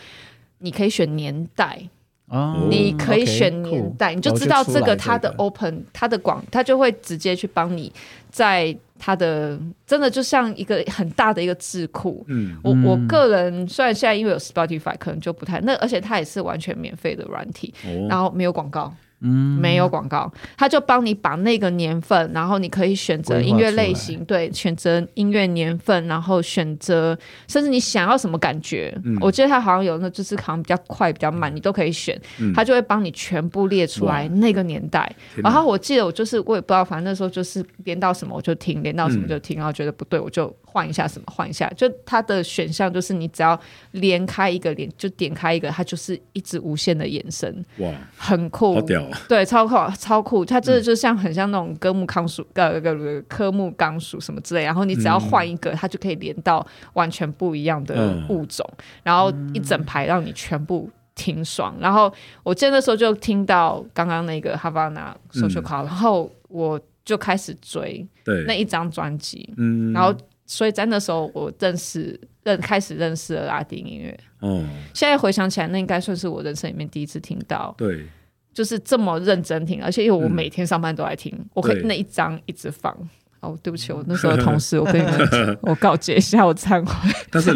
Speaker 1: 你可以选年代，
Speaker 3: 哦
Speaker 1: 你可以
Speaker 3: OK，
Speaker 1: 选年代
Speaker 3: cool
Speaker 1: 你就知道
Speaker 3: 然后
Speaker 1: 这
Speaker 3: 出来
Speaker 1: 个它的 open，它的广，它就会直接去帮你在它的真的就像一个很大的一个智库。
Speaker 2: 嗯，
Speaker 1: 我
Speaker 3: 嗯
Speaker 1: 我个人虽然现在因为有 Spotify 可能就不太那，而且它也是完全免费的软体，
Speaker 2: 哦，
Speaker 1: 然后没有广告，
Speaker 3: 嗯，
Speaker 1: 没有广告，它就帮你把那个年份，然后你可以选择音乐类型，对，选择音乐年份，然后选择甚至你想要什么感觉。
Speaker 3: 嗯
Speaker 1: 我记得它好像有那就是好像比较快、比较慢，你都可以选，
Speaker 3: 嗯
Speaker 1: 它就会帮你全部列出来那个年代。
Speaker 2: 天哪
Speaker 1: 然后我记得我就是我也不知道，反正那时候就是连到什么我就听，连到什么
Speaker 2: 嗯
Speaker 1: 就听，然后觉得不对我就换一下什么换一下，就它的选项就是你只要连开一个连就点开一个，它就是一直无限的延伸，
Speaker 2: 哇，
Speaker 1: 很酷，
Speaker 2: 好屌哦！
Speaker 1: 对，超酷，超酷！它
Speaker 2: 嗯
Speaker 1: 真的就像很像那种科目康属，呃，个科目纲属什么之类。然后你只要换一个，它就可以连到完全不一样的
Speaker 2: 嗯
Speaker 1: 物种，然后一整排让你全部听爽。然后我记得那时候就听到刚刚那个哈巴那 social call，、然后我就开始追那
Speaker 2: 嗯对，
Speaker 1: 一张专辑，
Speaker 2: 嗯，
Speaker 1: 然后所以在那时候我认识认开始认识了拉丁音乐。
Speaker 2: 哦，
Speaker 1: 现在回想起来，那应该算是我人生里面第一次听到。
Speaker 2: 对，
Speaker 1: 就是这么认真听，而且因为我每天上班都在听，我可以
Speaker 2: 嗯对嗯
Speaker 1: 那一张一直放。哦，对不起，我那时候的同事，我跟你们， 我告诫一下，我忏悔。
Speaker 2: 但是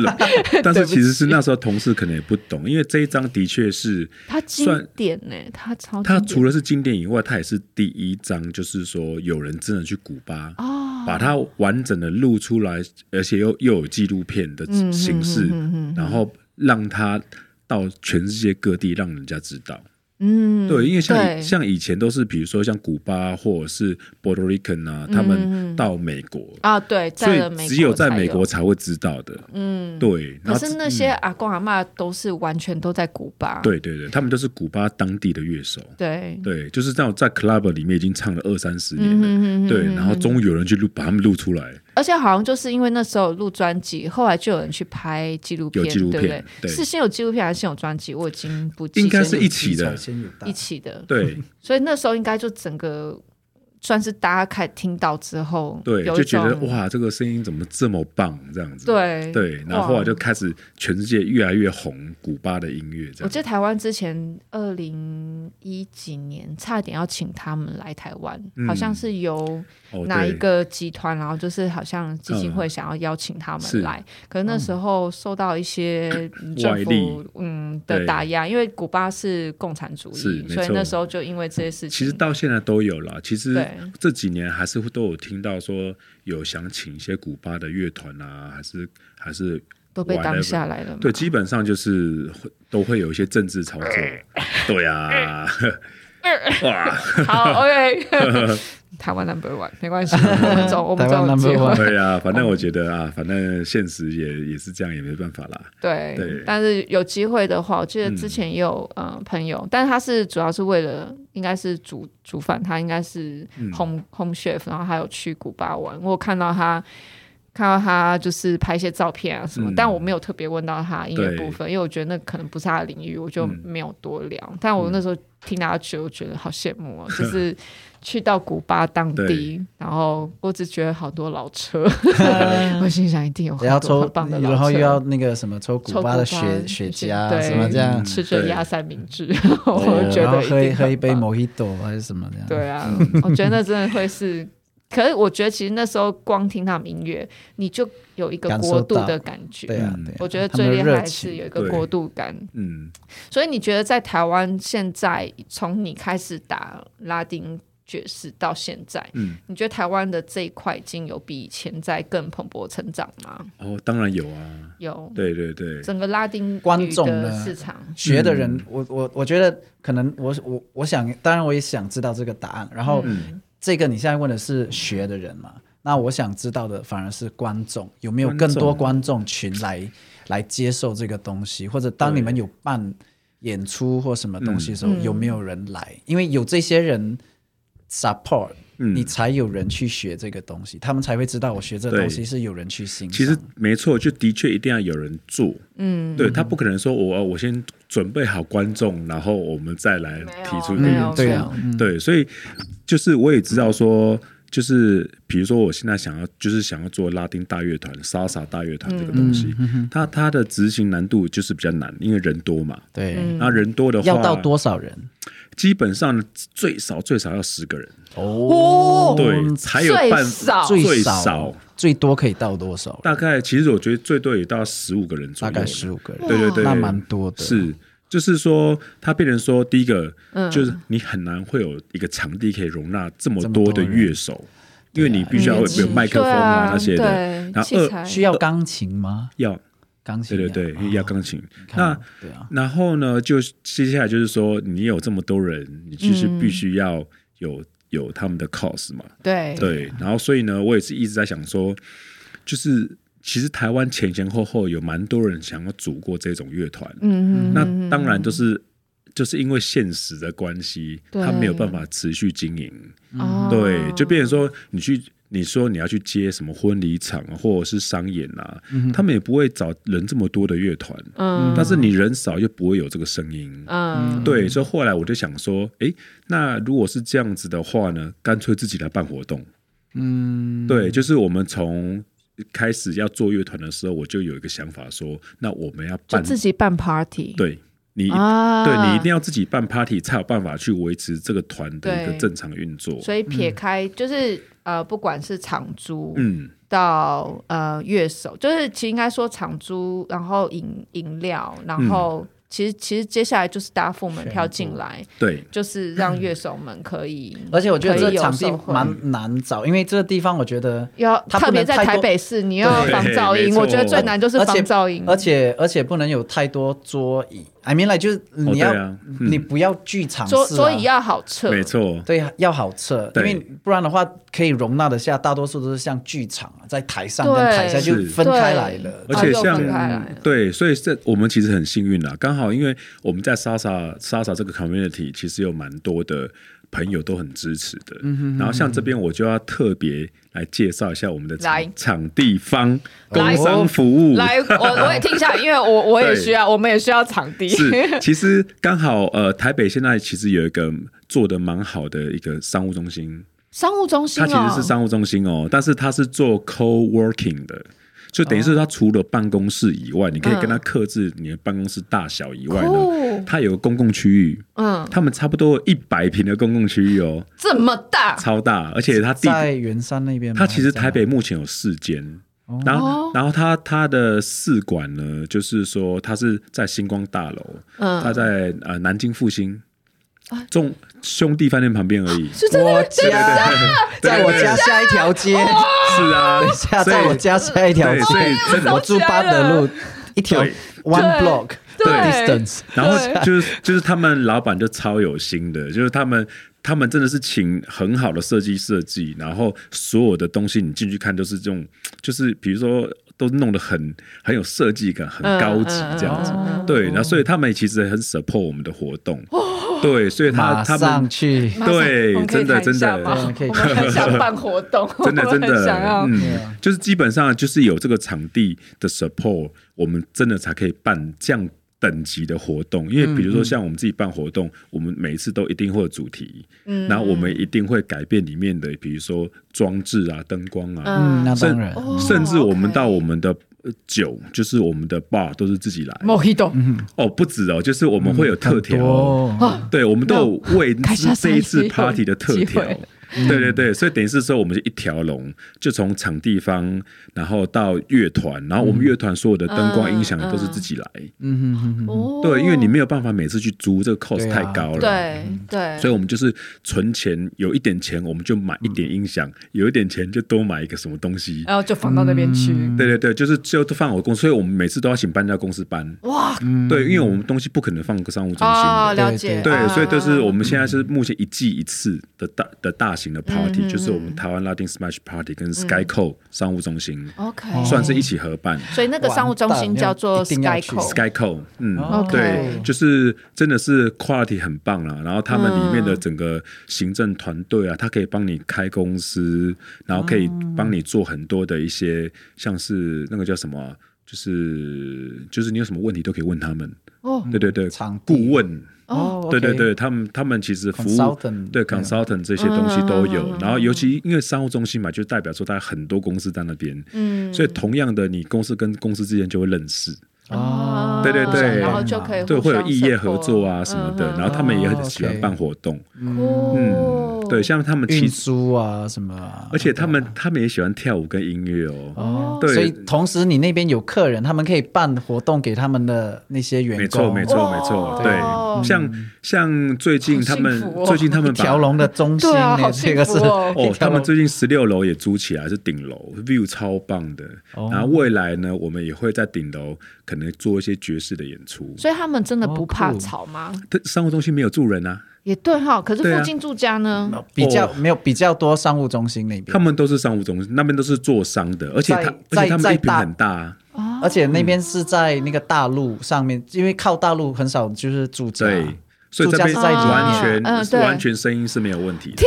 Speaker 2: 但
Speaker 1: 对
Speaker 2: 是
Speaker 1: 不
Speaker 2: 其实是那时候同事可能也不懂，因为这一张的确是
Speaker 1: 他经
Speaker 2: 算
Speaker 1: 典呢、他超
Speaker 2: 它
Speaker 1: 哦经典
Speaker 2: 除了是经典以外，它也是第一张，就是说有人真的去古巴。
Speaker 1: 哦，
Speaker 2: 把它完整的录出来，而且又又有纪录片的形
Speaker 1: 嗯
Speaker 2: 式，然后让它到全世界各地让人家知道。
Speaker 1: 嗯，
Speaker 2: 对，因为像
Speaker 1: 对
Speaker 2: 以像以前都是，比如说像古巴或者是 Puerto Rican 啊，他们到美国，
Speaker 1: 啊，对，嗯
Speaker 2: 所
Speaker 1: 在了美
Speaker 2: 以只有在
Speaker 1: 才
Speaker 2: 美国。才会知道的。嗯，对。
Speaker 1: 可
Speaker 2: 然后嗯
Speaker 1: 是那些阿公阿嬷都是完全都在古巴，
Speaker 2: 对对对，他们都是古巴当地的乐手。
Speaker 1: 对
Speaker 2: 对，就是这样，在 club 里面已经唱了二三十年
Speaker 1: 嗯
Speaker 2: 了，对，然后终于有人去录，把他们录出来，
Speaker 1: 而且好像就是因为那时候录专辑，后来就有人去拍纪录片，
Speaker 2: 有纪录
Speaker 1: 对不对
Speaker 2: 片？对
Speaker 1: 是先有纪录片还是先有专辑？我已经不记
Speaker 2: 应该
Speaker 1: 得
Speaker 2: 是一起的
Speaker 3: 先有大
Speaker 1: 一起的，
Speaker 2: 对
Speaker 1: 所以那时候应该就整个算是大家开始听到之后，
Speaker 2: 对，
Speaker 1: 有
Speaker 2: 就
Speaker 1: 一
Speaker 2: 觉得
Speaker 1: 种，
Speaker 2: 哇，这个声音怎么这么棒，这样子，
Speaker 1: 对
Speaker 2: 对，然后后来就开始全世界越来越红古巴的音乐，
Speaker 1: 我
Speaker 2: 这样
Speaker 1: 记得台湾之前二零一几年差点要请他们来台湾，
Speaker 2: 嗯
Speaker 1: 好像是由
Speaker 2: 哦，
Speaker 1: 哪一
Speaker 2: 对，
Speaker 1: 个集团，然后就是好像基金会想要邀请他
Speaker 2: 是
Speaker 1: 们来，可是那时候受到一些政
Speaker 2: 嗯外
Speaker 1: 府
Speaker 2: 力
Speaker 1: 嗯的
Speaker 2: 对
Speaker 1: 打压，因为古巴是共产主
Speaker 2: 是
Speaker 1: 义，
Speaker 2: 没
Speaker 1: 所以
Speaker 2: 错
Speaker 1: 那时候就因为这些事情，
Speaker 2: 其实到现在都有啦，其实
Speaker 1: 对
Speaker 2: 这几年还是会都有听到说有想请一些古巴的乐团啊，还是还是
Speaker 1: 都被当
Speaker 2: whatever
Speaker 1: 下来了嘛，
Speaker 2: 对，基本上就是会都会有一些政治操 作，对 啊，哇，
Speaker 1: 好，OK，台湾 number one 没关系，我们 走，我们
Speaker 3: 台湾
Speaker 1: 走
Speaker 3: number
Speaker 1: 结 婚。
Speaker 3: one
Speaker 2: 对啊，反正我觉得啊，反正现实也也是这样，也没办法啦。
Speaker 1: 对，
Speaker 2: 对
Speaker 1: 但是有机会的话，我记得
Speaker 3: 嗯
Speaker 1: 之前也有、呃朋友，但是他是主要是为了应该是煮煮饭，他应该是
Speaker 2: 嗯
Speaker 1: home、home chef，然后还有去古巴玩，我有看到他。看到他就是拍一些照片啊什么，
Speaker 2: 嗯
Speaker 1: 但我没有特别问到他音乐
Speaker 2: 对嗯
Speaker 1: 部分，因为我觉得那可能不是他的领域，我就没有多聊。但我那时候听他去，我觉得好羡慕
Speaker 2: 嗯
Speaker 1: 哦，就是去到古巴当地，然后我只觉得好多老 车，我心想一定有很
Speaker 3: 然后
Speaker 1: 多
Speaker 3: 啊抽
Speaker 1: 很棒的，老车，
Speaker 3: 然后又要那个什么抽古
Speaker 1: 抽
Speaker 3: 巴的雪
Speaker 1: 巴
Speaker 3: 雪
Speaker 1: 雪
Speaker 3: 茄啊
Speaker 1: 对
Speaker 3: 什么这样，
Speaker 1: 吃着
Speaker 2: 嗯对
Speaker 1: 压三明治， 我觉
Speaker 3: 啊然后
Speaker 1: 得一
Speaker 3: 喝一
Speaker 1: 定
Speaker 3: 喝一
Speaker 1: 很
Speaker 3: 杯
Speaker 1: 棒
Speaker 3: Mojito 还是什么这样。
Speaker 1: 对啊，我觉得那真的会是。可是我觉得其实那时候光听他们音乐，你就有一个
Speaker 3: 感受
Speaker 1: 国度
Speaker 3: 到
Speaker 1: 的感觉。
Speaker 3: 对啊，对啊
Speaker 1: 我觉得
Speaker 3: 他们
Speaker 1: 最
Speaker 3: 的
Speaker 1: 厉
Speaker 3: 热
Speaker 1: 害是
Speaker 3: 情
Speaker 1: 有一个
Speaker 2: 对
Speaker 1: 国度感。
Speaker 2: 嗯，
Speaker 1: 所以你觉得在台湾现在从你开始打拉丁爵士到现在，
Speaker 2: 嗯，
Speaker 1: 你觉得台湾的这一块已经有比以前在更蓬勃成长吗？
Speaker 2: 哦，当然有啊，
Speaker 1: 有，
Speaker 2: 对对对，
Speaker 1: 整个拉丁
Speaker 3: 观
Speaker 1: 语
Speaker 3: 众
Speaker 1: 的
Speaker 3: 呢
Speaker 1: 市场，
Speaker 3: 学的人，
Speaker 2: 嗯
Speaker 3: 我我我觉得可能我我我想，当然我也想知道这个答案。然后
Speaker 2: 嗯
Speaker 3: 这个你现在问的是学的人嘛？那我想知道的反而是观众有没有
Speaker 2: 观众
Speaker 3: 更多观众群
Speaker 2: 嗯
Speaker 3: 来来接受这个东西，或者当你们有办演出或什么东西的时候，
Speaker 1: 嗯
Speaker 3: 有没有人来？因为有这些人 support，、
Speaker 2: 嗯
Speaker 3: 你才有人去学这个东西，他们才会知道我学这个
Speaker 2: 对
Speaker 3: 东西是有人去欣赏。
Speaker 2: 其实没错，就的确一定要有人做，嗯，对他不可能说我呃我先准备好观众，然后我们再来
Speaker 1: 没有
Speaker 2: 提出
Speaker 1: 没有
Speaker 3: 对啊，
Speaker 2: 嗯对，所以就是我也知道说，就是比如说我现在想要就是想要做拉丁大乐团、莎莎大乐团这个
Speaker 1: 嗯
Speaker 2: 东西，它它的执行难度就是比较难，因为人多嘛。
Speaker 1: 嗯
Speaker 3: 对，
Speaker 2: 嗯那人多的话，
Speaker 3: 要到多少人？
Speaker 2: 基本上最少最少要十个人，
Speaker 1: 哦
Speaker 2: 对，才有
Speaker 1: 最
Speaker 2: 办
Speaker 1: 少
Speaker 2: 法
Speaker 3: 最
Speaker 2: 少
Speaker 3: 少最多可以到多少？
Speaker 2: 大概其实我觉得最多也到十五个人左
Speaker 3: 大
Speaker 2: 右，
Speaker 3: 概十五个人，
Speaker 2: 对对对，
Speaker 3: 那蛮多的。
Speaker 2: 是，就是说，它变成说，第一个、
Speaker 1: 嗯
Speaker 2: 就是你很难会有一个场地可以容纳这么
Speaker 3: 这么
Speaker 2: 多
Speaker 3: 多
Speaker 2: 的
Speaker 3: 人
Speaker 2: 乐手，因为你必须要有
Speaker 1: 嗯
Speaker 2: 有麦克风啊
Speaker 1: 对
Speaker 2: 那些的
Speaker 1: 嗯对，
Speaker 2: 然后
Speaker 1: 器
Speaker 2: 二
Speaker 1: 材
Speaker 3: 需要钢琴吗？
Speaker 2: 要，
Speaker 3: 钢琴
Speaker 2: 对
Speaker 3: 呀，
Speaker 2: 对对，要钢琴。那
Speaker 3: 看。对啊，
Speaker 2: 然后呢，就接下来就是说，你有这么多人，你就是
Speaker 1: 嗯
Speaker 2: 必须要有、有他们的 cos 嘛，
Speaker 1: 对
Speaker 2: 对。然后所以呢，我也是一直在想说，就是其实台湾前前后后有蛮多人想要组过这种乐团，
Speaker 1: 嗯嗯，
Speaker 2: 那当然就是就是因为现实的关系，
Speaker 1: 对
Speaker 2: 他没有办法持续经营，
Speaker 1: 哦
Speaker 2: 对，就变成说你去。你说你要去接什么婚礼场啊或者是商演啊，他们也不会找人这么多的乐团，
Speaker 1: 嗯
Speaker 2: 但是你人少又不会有这个声音，
Speaker 1: 嗯
Speaker 2: 对，所以后来我就想说，诶，那如果是这样子的话呢，干脆自己来办活动。
Speaker 3: 嗯，
Speaker 2: 对，就是我们从开始要做乐团的时候，我就有一个想法说，那我们要
Speaker 1: 就
Speaker 2: 办
Speaker 1: 自己办 party，
Speaker 2: 对你一
Speaker 1: 啊，
Speaker 2: 对你一定要自己办 party 才有办法去维持这个团的一个
Speaker 1: 对
Speaker 2: 正常运作。
Speaker 1: 所以撇开就是呃，不管是场租
Speaker 2: 嗯，
Speaker 1: 到呃乐手，就是其实应该说场租，然后饮饮料，然
Speaker 2: 嗯
Speaker 1: 后其实其实接下来就是大家付门票进来，
Speaker 2: 对，
Speaker 1: 就是让乐手们可以
Speaker 3: 嗯而且我觉得
Speaker 1: 可
Speaker 3: 这
Speaker 1: 以有
Speaker 3: 场地
Speaker 1: 手绘
Speaker 3: 蛮难找，因为这个地方我觉得，
Speaker 1: 要
Speaker 3: 它不
Speaker 1: 特别
Speaker 3: 能
Speaker 1: 在
Speaker 3: 太多
Speaker 1: 台北市，你要
Speaker 3: 对
Speaker 1: 防噪
Speaker 2: 没
Speaker 1: 音，
Speaker 2: 错
Speaker 1: 我觉得最难就是
Speaker 3: 而
Speaker 1: 防
Speaker 3: 且
Speaker 1: 噪音，
Speaker 3: 而且而且不能有太多桌椅。I mean，like 就是你要
Speaker 2: 对啊嗯
Speaker 3: 你不要剧场式
Speaker 1: 桌
Speaker 3: 啊，
Speaker 1: 桌椅要好撤，
Speaker 2: 没错，
Speaker 3: 对要好撤，因
Speaker 2: 对
Speaker 3: 为不然的话可以容纳得下，大多数都是像剧场啊，在台上跟
Speaker 1: 对
Speaker 3: 台下就是分开来了。
Speaker 1: 对
Speaker 2: 而且
Speaker 1: 啊又分开来
Speaker 2: 像
Speaker 1: 了
Speaker 2: 对，所以这我们其实很幸运啦，刚好因为我们在莎莎莎莎这个 community 其实有蛮多的朋友都很支持的。
Speaker 1: 嗯
Speaker 2: 然后像这边我就要特别来介绍一下我们的
Speaker 1: 来
Speaker 2: 场场地方工
Speaker 1: 来
Speaker 2: 商服务。
Speaker 1: 来，我我也听一下，因为我我也
Speaker 2: 对
Speaker 1: 需要，我们也需要场地。
Speaker 2: 是，其实刚好呃，台北现在其实有一个做的蛮好的一个商务中心，
Speaker 1: 商务中心
Speaker 2: 它
Speaker 1: 哦，
Speaker 2: 其实是商务中心哦，但是它是做 co-working 的，就等于是它除了办公室以外，你可以跟它克制你的办公室大小以外呢
Speaker 1: 酷，
Speaker 2: 它有个公共区域，
Speaker 1: 嗯，
Speaker 2: 他们差不多一百平的公共区域哦，
Speaker 1: 这么 大，
Speaker 2: 超大，而且它地
Speaker 3: 在圆山那边吗，
Speaker 2: 它嗯其实台北目前有四间。然后，然后它它的四馆呢，就是说它是在星光大楼，它
Speaker 1: 嗯，
Speaker 2: 在呃南京复兴中兄弟饭店旁边而已。
Speaker 1: 就真
Speaker 3: 我
Speaker 1: 的真的
Speaker 3: 家在我家下一条 街，
Speaker 1: 哦
Speaker 2: 是啊，
Speaker 3: 下
Speaker 2: 所以
Speaker 3: 在我家下一条
Speaker 2: 对，所
Speaker 3: 街，
Speaker 2: 以 真的
Speaker 3: 我住八德路一条
Speaker 2: 对
Speaker 3: one
Speaker 1: 对
Speaker 3: block
Speaker 1: 对
Speaker 3: distance。
Speaker 2: 然后就是就是他们老板就超有心的，就是他们他们真的是请很好的设计设计，然后所有的东西你进去看都是这种，就是比如说都弄得很很有设计感，很
Speaker 1: 嗯
Speaker 2: 高级这样子。对，然后所以他们其实很 support 我们的活动，对，所以他
Speaker 3: 马
Speaker 2: 他们
Speaker 3: 上去，
Speaker 1: 哦嗯马上
Speaker 2: 对
Speaker 1: 我们可以
Speaker 2: 真的
Speaker 1: 谈一下
Speaker 2: 真的
Speaker 1: 吗
Speaker 3: 对可以
Speaker 1: 我们很想办活动，
Speaker 2: 真 的
Speaker 1: 我
Speaker 2: 真
Speaker 1: 们
Speaker 2: 的
Speaker 1: 很想要，
Speaker 2: 嗯，就是基本上就是有这个场地的 support，我们真的才可以办这样等级的活动。因
Speaker 1: 嗯
Speaker 2: 为比如说像我们自己办活动，我们每一次都一定会有主题，
Speaker 1: 嗯
Speaker 2: 然后我们一定会改变里面的，比如说装置啊、灯光啊，
Speaker 3: 嗯，
Speaker 1: 嗯
Speaker 3: 那当然，
Speaker 1: 哦
Speaker 2: 甚至我们到
Speaker 1: OK
Speaker 2: 我们的。呃酒就是我们的 bar 都是自己来
Speaker 1: 嗯
Speaker 3: 嗯
Speaker 1: Mojito
Speaker 2: 哦，不止哦，就是我们会有特调哦、
Speaker 3: 多
Speaker 2: 对，我们都有为
Speaker 1: 开下
Speaker 2: 这一次
Speaker 1: 山西
Speaker 2: party 的特
Speaker 1: 有机
Speaker 2: 调
Speaker 1: 会。
Speaker 3: 嗯
Speaker 2: 对对对，所以等于是说，我们是一条龙，就从场地方，然后到乐团，然后我们乐团所有的灯光、
Speaker 1: 嗯
Speaker 2: 音响
Speaker 1: 嗯
Speaker 2: 都是自己来。
Speaker 3: 嗯哼哼哼。
Speaker 1: 哦，
Speaker 2: 对，因为你没有办法每次去租，这个 cost
Speaker 3: 对啊
Speaker 2: 太高了。
Speaker 1: 对对，
Speaker 2: 所以我们就是存钱，有一点钱我们就买一点音
Speaker 1: 嗯
Speaker 2: 响，有一点钱就多买一个什么东西。
Speaker 1: 然后就放到那边去，
Speaker 3: 嗯
Speaker 2: 对对对，就是就都放我公司，所以我们每次都要请搬家公司搬。
Speaker 1: 哇
Speaker 2: 对，因为我们东西不可能放个商务中心的。
Speaker 1: 哦，了解，
Speaker 3: 对
Speaker 2: 对，
Speaker 1: 啊
Speaker 2: 所以就是我们现在是目前一季一次的大的大型的 party，、
Speaker 1: 嗯嗯嗯
Speaker 2: 就是我们台湾拉丁 Smash Party 跟 Skyco 商务中心、
Speaker 1: OK，
Speaker 2: 算是一起合办。
Speaker 1: 所以那个商务中心叫做
Speaker 3: 完蛋要
Speaker 1: Sky
Speaker 3: 一定要去
Speaker 1: Co，
Speaker 2: Skyco，嗯
Speaker 1: 哦
Speaker 3: OK
Speaker 2: 对，就是真的是 quality 很棒啦。然后他们里面
Speaker 1: 嗯
Speaker 2: 的整个行政团队啊，他可以帮你开公司，然后可以
Speaker 1: 哦
Speaker 2: 帮你做很多的一些，像是那个叫什么啊、就是就是你有什么问题都可以问他们。
Speaker 1: 哦
Speaker 2: 对对对，
Speaker 3: 场地
Speaker 2: 顾问，
Speaker 3: 哦，
Speaker 2: 对对
Speaker 3: OK
Speaker 2: 对，他们他们其实服务
Speaker 3: Consultant，
Speaker 2: 对
Speaker 3: 对
Speaker 2: consultant 这些东西都
Speaker 1: 嗯
Speaker 2: 有，然后尤其因为商务中心嘛，就代表说它很多公司在那边，
Speaker 1: 嗯
Speaker 2: 所以同样的，你公司跟公司之间就会认识，
Speaker 3: 哦
Speaker 1: 啊
Speaker 2: 对对对
Speaker 1: 然后就可以
Speaker 2: 对，会有异业合作啊
Speaker 1: support
Speaker 2: 什么的，
Speaker 1: 嗯
Speaker 2: 然后他们也
Speaker 3: 哦
Speaker 2: 很喜欢
Speaker 3: ，OK
Speaker 2: 办活动，
Speaker 1: 嗯
Speaker 2: 对，像他们其
Speaker 3: 运
Speaker 2: 实，
Speaker 3: 输啊什么啊，
Speaker 2: 而且他们他们也喜欢跳舞跟音乐哦，
Speaker 1: 哦
Speaker 2: 对
Speaker 3: 所以同时你那边有客人，他们可以办活动给他们的那些员工，
Speaker 2: 没错没错没错
Speaker 1: 哦，
Speaker 2: 对，像像最近他们
Speaker 1: 好幸福哦
Speaker 2: 最近他们
Speaker 3: 嗯一条
Speaker 2: 把
Speaker 3: 龙的中心
Speaker 1: 对啊，
Speaker 3: 呢，
Speaker 1: 好
Speaker 3: 这
Speaker 1: 幸
Speaker 3: 个是
Speaker 1: 福哦。
Speaker 2: 哦，他
Speaker 3: 条龙
Speaker 2: 们最近十六楼也租起来是顶楼，view 超棒的。
Speaker 3: 哦
Speaker 2: 然后未来呢，我们也会在顶楼可能做一些爵士的演出。
Speaker 1: 所以他们真的不
Speaker 3: 哦
Speaker 1: 怕
Speaker 3: 酷
Speaker 1: 吵吗？
Speaker 2: 但商务中心没有住人啊，
Speaker 1: 也对哈，可是
Speaker 2: 对啊
Speaker 1: 附近住家呢？
Speaker 3: 比较
Speaker 2: 哦
Speaker 3: 没有比较多商务中心那
Speaker 2: 他
Speaker 3: 边，
Speaker 2: 们都是商务中心，那边都是做商的，而且他
Speaker 3: 啊在
Speaker 2: 而且他
Speaker 3: 在
Speaker 2: 们
Speaker 3: 在
Speaker 2: 一平
Speaker 3: 大
Speaker 2: 很大啊，
Speaker 3: 而且那边是在那个大陆上面，因为靠大陆很少就是住家，
Speaker 2: 对，所以这
Speaker 3: 住家
Speaker 2: 边
Speaker 3: 是在里面
Speaker 2: 完全、
Speaker 1: 嗯对
Speaker 2: 完全声音是没有问题的。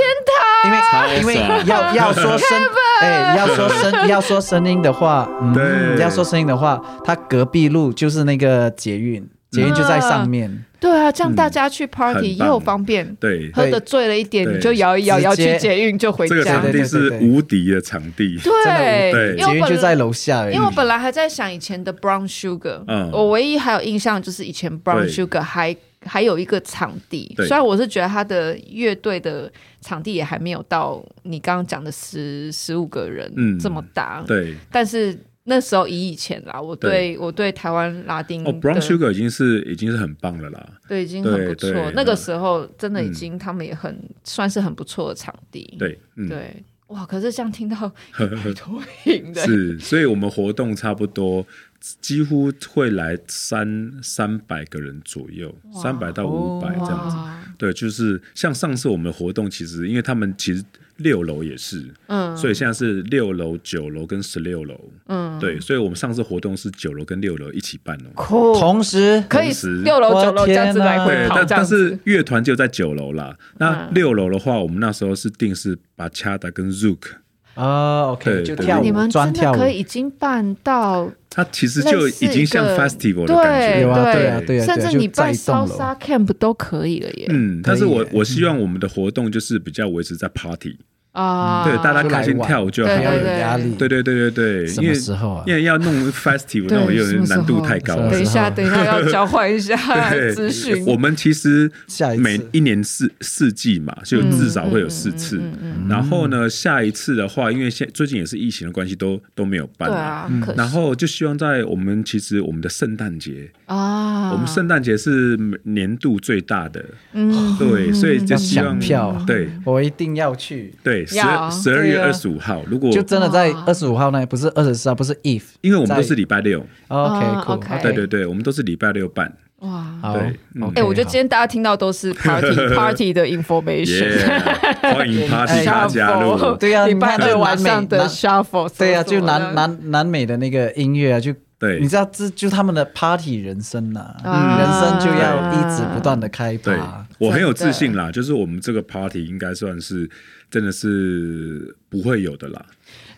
Speaker 3: 因为
Speaker 2: 超
Speaker 3: 因为
Speaker 2: 爽
Speaker 3: 要要说声，哎，要说 声要说声音的话，嗯
Speaker 2: 对
Speaker 3: 要说声音的话，它隔壁路就是那个捷运，
Speaker 1: 啊
Speaker 3: 捷运就在上面，
Speaker 1: 对啊，这样大家去 party
Speaker 2: 很棒
Speaker 1: 又方便，
Speaker 2: 对，
Speaker 1: 喝的醉了一点，
Speaker 2: 对
Speaker 1: 你就摇一摇，
Speaker 3: 直接
Speaker 1: 摇去捷运就回
Speaker 2: 这个
Speaker 1: 家
Speaker 2: 场。
Speaker 3: 对
Speaker 2: 地是
Speaker 3: 对对对
Speaker 2: 无敌的场地。
Speaker 3: 真的
Speaker 1: 对，因为
Speaker 2: 对
Speaker 3: 捷
Speaker 1: 我
Speaker 3: 运就
Speaker 1: 本
Speaker 3: 在
Speaker 1: 来。
Speaker 3: 楼下而已
Speaker 1: 因为。我本来还在想以前的 Brown Sugar，、
Speaker 2: 嗯
Speaker 1: 我唯一还有印象就是以前 Brown
Speaker 2: 对
Speaker 1: Sugar 还还有一个场地，
Speaker 2: 对
Speaker 1: 虽然我是觉得他的乐队的场地也还没有到你刚刚讲的十十五个人
Speaker 2: 嗯
Speaker 1: 这么大，
Speaker 2: 对，
Speaker 1: 但是那时候以以前啦，我对我对台湾拉丁
Speaker 2: 哦，Brown
Speaker 3: 嗯
Speaker 1: 的
Speaker 2: Sugar 已经是已经是很棒了啦。
Speaker 1: 对，已经很
Speaker 2: 对
Speaker 1: 不错
Speaker 2: 对。
Speaker 1: 那个
Speaker 2: 嗯
Speaker 1: 时候真的已经，他们也很、算是很不错的场地。
Speaker 2: 对，嗯，
Speaker 1: 对哇！可是这样听到一头影的，
Speaker 2: 是，所以我们活动差不多几乎会来三三百个人左右，三百到五百这样子。
Speaker 1: 哇，
Speaker 2: 对，就是像上次我们活动，其实因为他们其实六楼也是，
Speaker 1: 嗯
Speaker 2: 所以现在是六楼、九楼跟十六楼。嗯，对，所以我们上次活动是九楼跟六楼一起办哦。
Speaker 1: 酷，
Speaker 3: 同时，
Speaker 1: 可以
Speaker 2: 同时
Speaker 1: 六楼
Speaker 3: 我
Speaker 1: 九楼这样子来
Speaker 3: 天
Speaker 1: 回
Speaker 2: 对，
Speaker 1: 跑，
Speaker 2: 但
Speaker 1: 这样
Speaker 2: 但是
Speaker 1: 子
Speaker 2: 乐团就在九楼啦。那
Speaker 1: 嗯
Speaker 2: 六楼的话，我们那时候是定是把恰达跟 Zook，
Speaker 3: 啊，OK，
Speaker 2: 对
Speaker 3: 就
Speaker 2: 对
Speaker 3: 跳
Speaker 1: 你
Speaker 3: 舞，
Speaker 1: 们
Speaker 3: 专
Speaker 1: 真
Speaker 3: 跳
Speaker 1: 的
Speaker 3: 舞
Speaker 1: 可，以已经办到，
Speaker 2: 它其实
Speaker 1: 类
Speaker 2: 就
Speaker 1: 似
Speaker 2: 已经
Speaker 1: 一
Speaker 2: 像
Speaker 1: 个
Speaker 2: festival 的
Speaker 1: 对
Speaker 2: 感觉
Speaker 3: 有
Speaker 2: 了。
Speaker 3: 啊，
Speaker 1: 对
Speaker 3: 对啊，对啊，
Speaker 1: 甚
Speaker 3: 对啊
Speaker 1: 至你
Speaker 3: 就在
Speaker 1: 办
Speaker 3: 一栋楼
Speaker 1: salsa camp 都可以了耶。
Speaker 2: 嗯，
Speaker 3: 可
Speaker 2: 但是
Speaker 3: 以
Speaker 2: 我
Speaker 3: 耶
Speaker 2: 我希望我们的活动就是比较维持在 party，、
Speaker 1: 啊，
Speaker 2: 嗯对，大家开心
Speaker 3: 出来玩
Speaker 2: 跳舞就好
Speaker 1: 对
Speaker 3: 不要
Speaker 2: 了。
Speaker 3: 有压力，
Speaker 2: 对对对对对，
Speaker 3: 什
Speaker 2: 因
Speaker 3: 么
Speaker 2: 为
Speaker 3: 时候啊
Speaker 2: 因为要弄 festival 那种
Speaker 1: 对
Speaker 2: 有
Speaker 1: 什么
Speaker 2: 点
Speaker 1: 时候
Speaker 2: 难度太高了
Speaker 1: 等一。下，等一下要交换一下
Speaker 2: 对
Speaker 1: 资讯。
Speaker 2: 我们其实
Speaker 3: 下一次
Speaker 2: 每一年四四季嘛，就至少会有四次。然后呢，下一次的话，因为现最近也是疫情的关系，都都没有办
Speaker 1: 对
Speaker 2: 嘛
Speaker 1: 啊，可
Speaker 2: 然
Speaker 1: 惜
Speaker 2: 后就希望在我们其实我们的圣诞节，
Speaker 1: 啊，
Speaker 2: 我们圣诞节是每年度最大的，
Speaker 1: 嗯
Speaker 2: 对，所以就
Speaker 3: 要
Speaker 2: 希望
Speaker 3: 抢票
Speaker 2: 对
Speaker 3: 我一定要去。
Speaker 2: 对，十
Speaker 1: 要
Speaker 2: 十二月
Speaker 3: 对啊
Speaker 2: 二十五号，如果
Speaker 3: 就真的在
Speaker 1: 哇
Speaker 3: 二十五号那，不是二十四号，不是 if。
Speaker 2: 因为我们都
Speaker 3: 在
Speaker 2: 是礼拜六，
Speaker 1: 啊
Speaker 3: OK cool，
Speaker 1: OK
Speaker 2: 对对，对，我们都是礼拜 六办，
Speaker 1: 哇。
Speaker 3: 好。
Speaker 2: 对
Speaker 3: OK，
Speaker 1: 哎、
Speaker 2: 嗯
Speaker 1: 我觉得
Speaker 3: 好
Speaker 1: 今天大家听到都是 party party 的 information，、
Speaker 2: 耶！欢迎
Speaker 1: s h
Speaker 2: Party 大
Speaker 1: u f
Speaker 2: 加
Speaker 1: f
Speaker 2: 入
Speaker 1: l，
Speaker 3: 对啊
Speaker 1: 礼
Speaker 3: 你
Speaker 1: 拜
Speaker 3: 看
Speaker 1: 六
Speaker 3: 这
Speaker 1: 晚
Speaker 3: 南
Speaker 1: 上
Speaker 3: 美
Speaker 1: 的
Speaker 3: 南
Speaker 1: shuffle，
Speaker 3: 对啊，
Speaker 1: 啊，
Speaker 3: 就南
Speaker 1: 男
Speaker 3: 南南美的那个音乐啊，就
Speaker 2: 对
Speaker 3: 你知道这就他们的 party 人生呐、
Speaker 1: 啊
Speaker 3: 人生就要一直不断的开
Speaker 2: 对
Speaker 3: 趴。
Speaker 2: 我很有自信啦，就是我们这个 Party 应该算是真的是不会有的啦，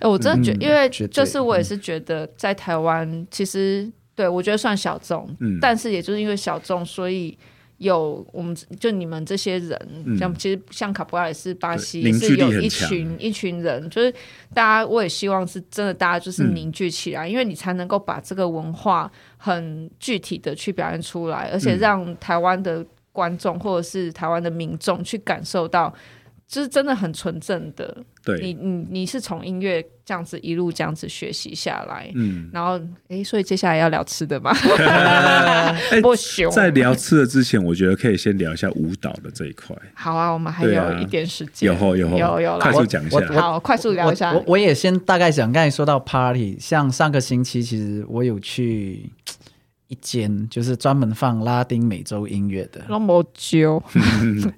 Speaker 1: 哎、我真的觉
Speaker 3: 嗯
Speaker 1: 因为
Speaker 3: 绝对
Speaker 1: 就是我也是觉得在台湾，其实对我觉得算小众，
Speaker 2: 嗯
Speaker 1: 但是也就是因为小众，所以有我们就你们这些人，像、其实像卡布拉也是巴西，
Speaker 2: 嗯对
Speaker 1: 也是有
Speaker 2: 凝聚力
Speaker 1: 一
Speaker 2: 很强
Speaker 1: 群一群人，就是大家，我也希望是真的，大家就是
Speaker 2: 嗯
Speaker 1: 凝聚起来，因为你才能够把这个文化很具体的去表现出来，而且
Speaker 2: 嗯
Speaker 1: 让台湾的观众或者是台湾的民众去感受到。就是真的很纯正的，你
Speaker 2: 对，
Speaker 1: 你你是从音乐这样子一路这样子学习下来，
Speaker 2: 嗯。
Speaker 1: 然后诶，所以接下来要聊吃的吗？
Speaker 2: 哎
Speaker 1: 不行，
Speaker 2: 在聊吃的之前，我觉得可以先聊一下舞蹈的这一块。
Speaker 1: 好啊，我们还
Speaker 2: 对啊
Speaker 1: 有一点时间，
Speaker 2: 有吼有吼，
Speaker 1: 有有啦
Speaker 2: 快速讲一下
Speaker 3: 我。我
Speaker 1: 好，快速聊
Speaker 3: 我
Speaker 1: 一下
Speaker 3: 我我也先大概想，刚才说到 party，像上个星期其实我有去一间就是专门放拉丁美洲音乐的，
Speaker 1: 那么 久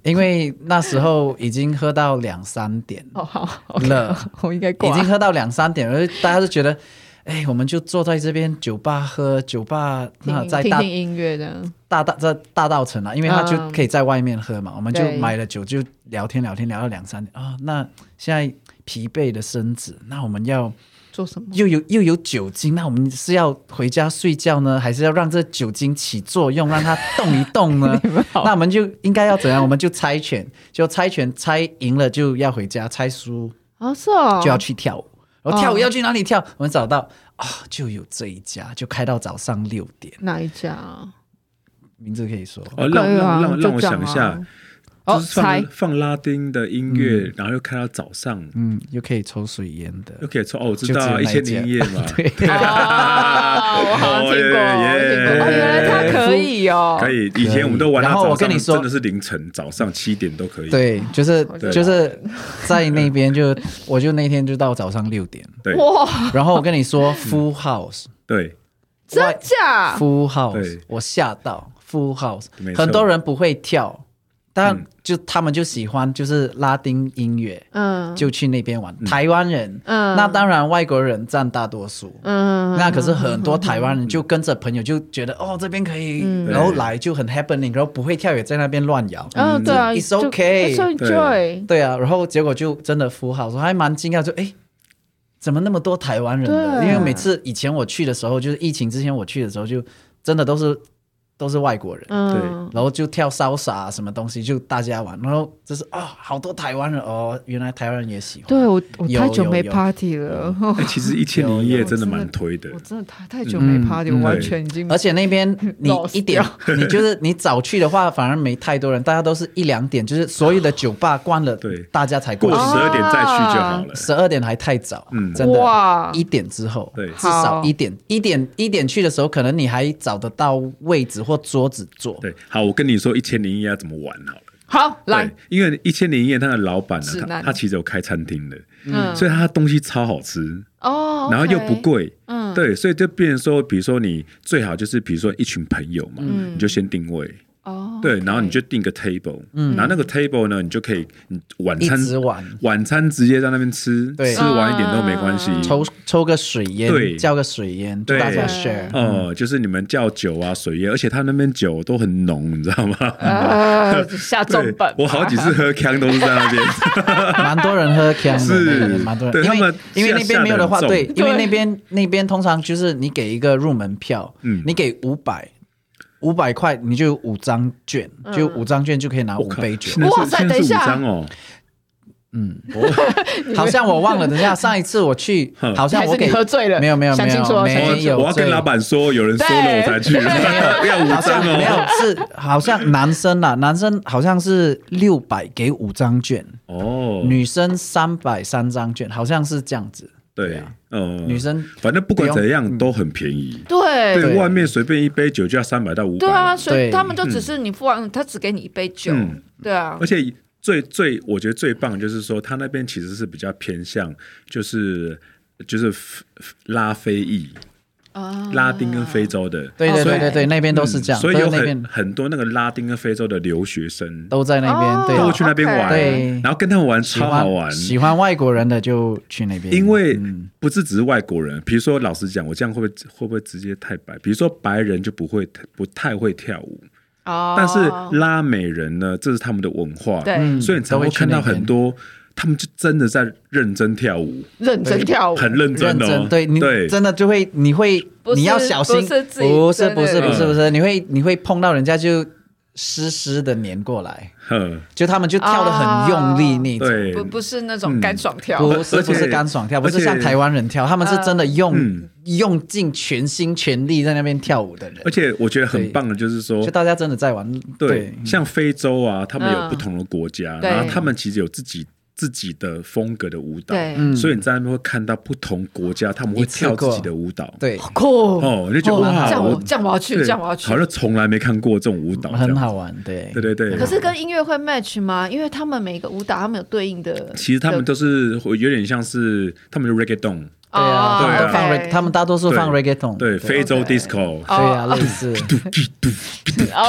Speaker 3: 因为那时候已经喝到两三 点
Speaker 1: 哦，好，OK，
Speaker 3: 了。
Speaker 1: 我应该
Speaker 3: 已
Speaker 1: 挂
Speaker 3: 经喝到两三点了，大家就觉得，哎，我们就坐在这边酒吧喝酒吧，那
Speaker 1: 听
Speaker 3: 在
Speaker 1: 听
Speaker 3: 大
Speaker 1: 听音乐的，
Speaker 3: 大大在大道城啊，因为他就
Speaker 1: 嗯
Speaker 3: 可以在外面喝嘛，我们就
Speaker 1: 对
Speaker 3: 买了酒就聊天聊天聊到两三点啊、那现在疲惫的身子，那我们要
Speaker 1: 做什么？
Speaker 3: 又有又有酒精，那我们是要回家睡觉呢，还是要让这酒精起作用，让它动一 动呢？那我们就应该要怎样？我们就猜拳，就猜拳，猜赢了就要回家，猜输
Speaker 1: 啊，是哦，哦
Speaker 3: 就要去跳舞。我跳舞要去哪里跳？我们找到啊、就有这一家，就开到早上六点，
Speaker 1: 哪一家啊？
Speaker 3: 名字可以说。
Speaker 2: 哦，让
Speaker 1: 可以啊
Speaker 2: 让让让
Speaker 1: 就
Speaker 2: 我
Speaker 1: 讲
Speaker 2: 想一下
Speaker 1: 啊，哦
Speaker 2: 就是放
Speaker 1: 猜 嗯
Speaker 2: 放拉丁的音乐，然后又开到早上，
Speaker 3: 嗯，又可以抽水烟的
Speaker 2: 又，可以抽哦，我知
Speaker 3: 就只
Speaker 2: 道啊
Speaker 3: 有
Speaker 2: 一
Speaker 3: 那
Speaker 2: 千
Speaker 3: 一家
Speaker 2: 零一夜嘛，
Speaker 3: 对，
Speaker 1: 哦，我好像听过，
Speaker 2: 哦
Speaker 1: 我听过。哦，
Speaker 2: 耶
Speaker 1: 原来它可以哦，
Speaker 2: 可以。以前我们都玩到
Speaker 3: 然后
Speaker 2: 早
Speaker 3: 我
Speaker 2: 上，
Speaker 3: 跟你说
Speaker 2: 真的是凌晨早上七点都可以。
Speaker 3: 对，就是
Speaker 1: 我
Speaker 2: 知道
Speaker 3: 就是在那边就， 我就那天就到早上六点，
Speaker 2: 对
Speaker 1: 哇，
Speaker 3: 然后我跟你
Speaker 2: 嗯
Speaker 3: 说 full house
Speaker 2: 对
Speaker 1: 真假？
Speaker 3: full
Speaker 2: 对
Speaker 3: house，我吓到 full house，
Speaker 2: 没错嗯
Speaker 3: 很多人不会跳，但就他们就喜欢就是拉丁音乐，
Speaker 1: 嗯，
Speaker 3: 就去那边玩。台湾人，
Speaker 1: 嗯
Speaker 3: 那当然外国人占大多数。
Speaker 1: 嗯，
Speaker 3: 那可是很多 台湾人就跟着朋友就觉得哦这边可以，然后来就很 happening，然后不会跳也在那边乱摇，
Speaker 1: 嗯，对啊
Speaker 3: It's
Speaker 1: ，it's
Speaker 3: okay
Speaker 1: it's enjoy，
Speaker 3: 对啊，然后结果就真的扶好，我还蛮惊讶，就哎，诶怎么那么多台湾人的？
Speaker 1: 对
Speaker 3: 因为每次以前我去的时候，就是疫情之前我去的时候，就真的都是都是外国人，
Speaker 1: 嗯，
Speaker 3: 然后就跳骚洒什么东西，就大家玩，然后就是哦，好多台湾人哦，原来台湾人也喜欢。
Speaker 1: 对我我
Speaker 3: 有
Speaker 1: 太久没
Speaker 3: 有嗯有
Speaker 1: party 了，
Speaker 2: 哎，其实一千零一夜真的蛮推的
Speaker 1: 我。真的太太久没 party，我完全已经
Speaker 3: 嗯而且那边你
Speaker 1: 老
Speaker 3: 一点，你就是你早去的话，反而没太多人，大家都是一两点，就是所有的酒吧关了，
Speaker 2: 对
Speaker 3: 大家才
Speaker 2: 过
Speaker 3: 过
Speaker 2: 十
Speaker 3: 去。
Speaker 1: 哦
Speaker 2: 二点再去就好了。
Speaker 3: 十二点还太早，
Speaker 2: 嗯
Speaker 3: 真的。
Speaker 1: 哇
Speaker 3: 一点之后，
Speaker 2: 对
Speaker 3: 至少
Speaker 1: 好
Speaker 3: 一点，一点一点去的时候，可能你还找得到位置或桌子坐。
Speaker 2: 对，好，我跟你说一千零一夜要怎么玩好了。
Speaker 1: 好来
Speaker 2: 对，，因为一千零一夜他的老板呢啊
Speaker 1: 指，
Speaker 2: 他
Speaker 1: 南
Speaker 2: 他其实有开餐厅的，
Speaker 1: 嗯，
Speaker 2: 所以他的东西超好吃。
Speaker 1: 哦，
Speaker 2: 然后又不
Speaker 1: OK，
Speaker 2: 贵，
Speaker 1: 嗯
Speaker 2: 对，所以就变成说，比如说你最好就是比如说一群朋友嘛，
Speaker 1: 嗯
Speaker 2: 你就先定位，
Speaker 1: 哦，
Speaker 2: 对，然后你就定个 table，然后那个 table 呢，你就可以你晚餐
Speaker 3: 嗯一直玩
Speaker 2: 晚餐直接在那边吃，
Speaker 3: 对啊
Speaker 2: 吃完一点都没关系。
Speaker 3: 抽抽个水
Speaker 2: 对
Speaker 3: 烟，叫个水烟，
Speaker 2: 对
Speaker 3: 大家
Speaker 1: 对
Speaker 3: share。
Speaker 2: 哦、就是你们叫酒啊、水烟，而且他那边酒都很浓，你知道吗？
Speaker 3: 嗯
Speaker 1: 呃，下重
Speaker 2: 对
Speaker 1: 本吧，
Speaker 2: 我好几次喝康都是在那边，
Speaker 3: 蛮多人喝 c a
Speaker 2: 是
Speaker 3: 蛮多
Speaker 2: 对
Speaker 3: 人，因
Speaker 2: 他
Speaker 3: 为
Speaker 2: 们
Speaker 3: 因为那
Speaker 2: 下
Speaker 3: 边没有的话，
Speaker 2: 下得
Speaker 3: 对
Speaker 2: 很，
Speaker 3: 因为
Speaker 1: 对
Speaker 3: 那边那边通常就是你给一个入门票，
Speaker 2: 嗯
Speaker 3: 你给五百。五百块你就有五张券，
Speaker 1: 嗯
Speaker 3: 就五张券就可以拿
Speaker 2: 我
Speaker 3: 五
Speaker 2: 靠，
Speaker 3: 杯酒
Speaker 2: 现。在是
Speaker 1: 哇塞
Speaker 2: 现在是
Speaker 1: 等一下
Speaker 2: 五张哦，
Speaker 3: 好像我忘了，等一下上一次我 去
Speaker 2: 哼，
Speaker 3: 好像
Speaker 1: 还
Speaker 3: 我
Speaker 1: 是
Speaker 3: 给
Speaker 1: 你喝醉了？
Speaker 3: 没有没有
Speaker 1: 想清楚哦，
Speaker 3: 没
Speaker 1: 想清楚
Speaker 3: 哎有
Speaker 2: 我要跟
Speaker 3: 对
Speaker 2: 老板说，有人说了我才去，
Speaker 1: 哎
Speaker 2: 要五
Speaker 3: 好像
Speaker 2: 张
Speaker 3: 没
Speaker 2: 哦，
Speaker 3: 有，是好像男生啦，男生好像是六百给五张券，
Speaker 2: 哦，
Speaker 3: 女生三百三张券，好像是这样子。
Speaker 2: 对，哦，
Speaker 3: 女生
Speaker 2: 反正不管
Speaker 3: 不用嗯
Speaker 2: 怎样都很便宜。
Speaker 1: 对。
Speaker 2: 对，
Speaker 3: 对
Speaker 2: 外面随便一杯酒就要三百到五百。
Speaker 1: 对啊，所以
Speaker 3: 对嗯
Speaker 1: 他们就只是你付完，他只给你一杯酒
Speaker 2: 嗯，
Speaker 1: 对啊
Speaker 2: 而，且最最我觉得最棒就是说，他那边其实是比较偏向就是就是拉非裔、
Speaker 1: 啊
Speaker 2: 拉丁跟非洲的，嗯
Speaker 3: 对对
Speaker 1: 所以
Speaker 3: 对对对，那边都是这样，
Speaker 2: 所以
Speaker 3: 都
Speaker 2: 有
Speaker 3: 是那边
Speaker 2: 很很多那个拉丁跟非洲的留学生
Speaker 3: 都在那
Speaker 1: 哦
Speaker 3: 边，对，
Speaker 2: 都去那边玩，
Speaker 3: 对
Speaker 2: 然后跟他们玩
Speaker 3: 喜
Speaker 2: 超
Speaker 3: 欢
Speaker 2: 好玩。
Speaker 3: 喜嗯欢外国人的就去那边，
Speaker 2: 因为不是只是外国人，比如说老实讲，我这样会不会会不会直接太白？比如说白人就不会不太会跳舞，
Speaker 1: 哦，
Speaker 2: 但是拉美人呢，这是他们的文化，
Speaker 1: 对
Speaker 3: 嗯
Speaker 2: 所以你才
Speaker 3: 都
Speaker 2: 会
Speaker 3: 会去
Speaker 2: 看到
Speaker 3: 那边
Speaker 2: 很多，他们就真的在认真跳舞，
Speaker 1: 认真跳舞，
Speaker 2: 很认真
Speaker 3: 认
Speaker 2: 哦，
Speaker 3: 真，对你
Speaker 2: 对
Speaker 3: 真的就会，你会
Speaker 1: 不是
Speaker 3: 你要小心，
Speaker 1: 不是自己
Speaker 3: 不是
Speaker 1: 真的
Speaker 3: 不是不是
Speaker 2: 嗯
Speaker 3: 不是，你会你会碰到人家就湿湿的粘过来，
Speaker 2: 嗯
Speaker 3: 就他们就跳的很用力
Speaker 1: 哦
Speaker 3: 那种。
Speaker 2: 对
Speaker 1: 不不是那种干爽跳，
Speaker 3: 嗯不是
Speaker 2: 而且
Speaker 3: 不是干爽跳，
Speaker 2: 而且
Speaker 3: 不是像台湾人跳，他们是真的用、
Speaker 2: 嗯
Speaker 3: 用尽全心全力在那边跳舞的人
Speaker 2: 而，且我觉得很棒的就是说
Speaker 3: 就。大家真的在玩。
Speaker 2: 对
Speaker 3: 对，，嗯
Speaker 2: 像非洲啊，他们有
Speaker 1: 嗯
Speaker 2: 不同的国家，
Speaker 1: 对
Speaker 2: 然后他们其实有自己自己的风格的舞蹈，
Speaker 1: 对
Speaker 3: 嗯
Speaker 2: 所以你在那边会看到不同国家他们会
Speaker 3: 一次
Speaker 2: 跳
Speaker 3: 过
Speaker 2: 自己的舞蹈，
Speaker 3: 对，
Speaker 1: 好酷
Speaker 2: 哦，我就觉得
Speaker 3: 哦
Speaker 2: 哇，
Speaker 1: 这样我
Speaker 2: 我
Speaker 1: 这样我要去，
Speaker 2: 对
Speaker 1: 这样我要去
Speaker 2: 好。像从来没看过这种舞蹈，这
Speaker 3: 很
Speaker 2: 样
Speaker 3: 好玩。对
Speaker 2: 对对对。
Speaker 1: 可是跟音乐会 match 吗？因为他们每个舞蹈他们有对应的，
Speaker 2: 其实他们都是会有点像是他们的 reggaeton，
Speaker 3: 对啊，
Speaker 1: 哦
Speaker 3: 他们都放
Speaker 1: OK
Speaker 3: reg，他们大多数放
Speaker 2: 对
Speaker 3: reggaeton。
Speaker 2: 对，非洲
Speaker 1: OK
Speaker 2: disco，
Speaker 3: 对啊，类 似。
Speaker 2: 嘟滴嘟，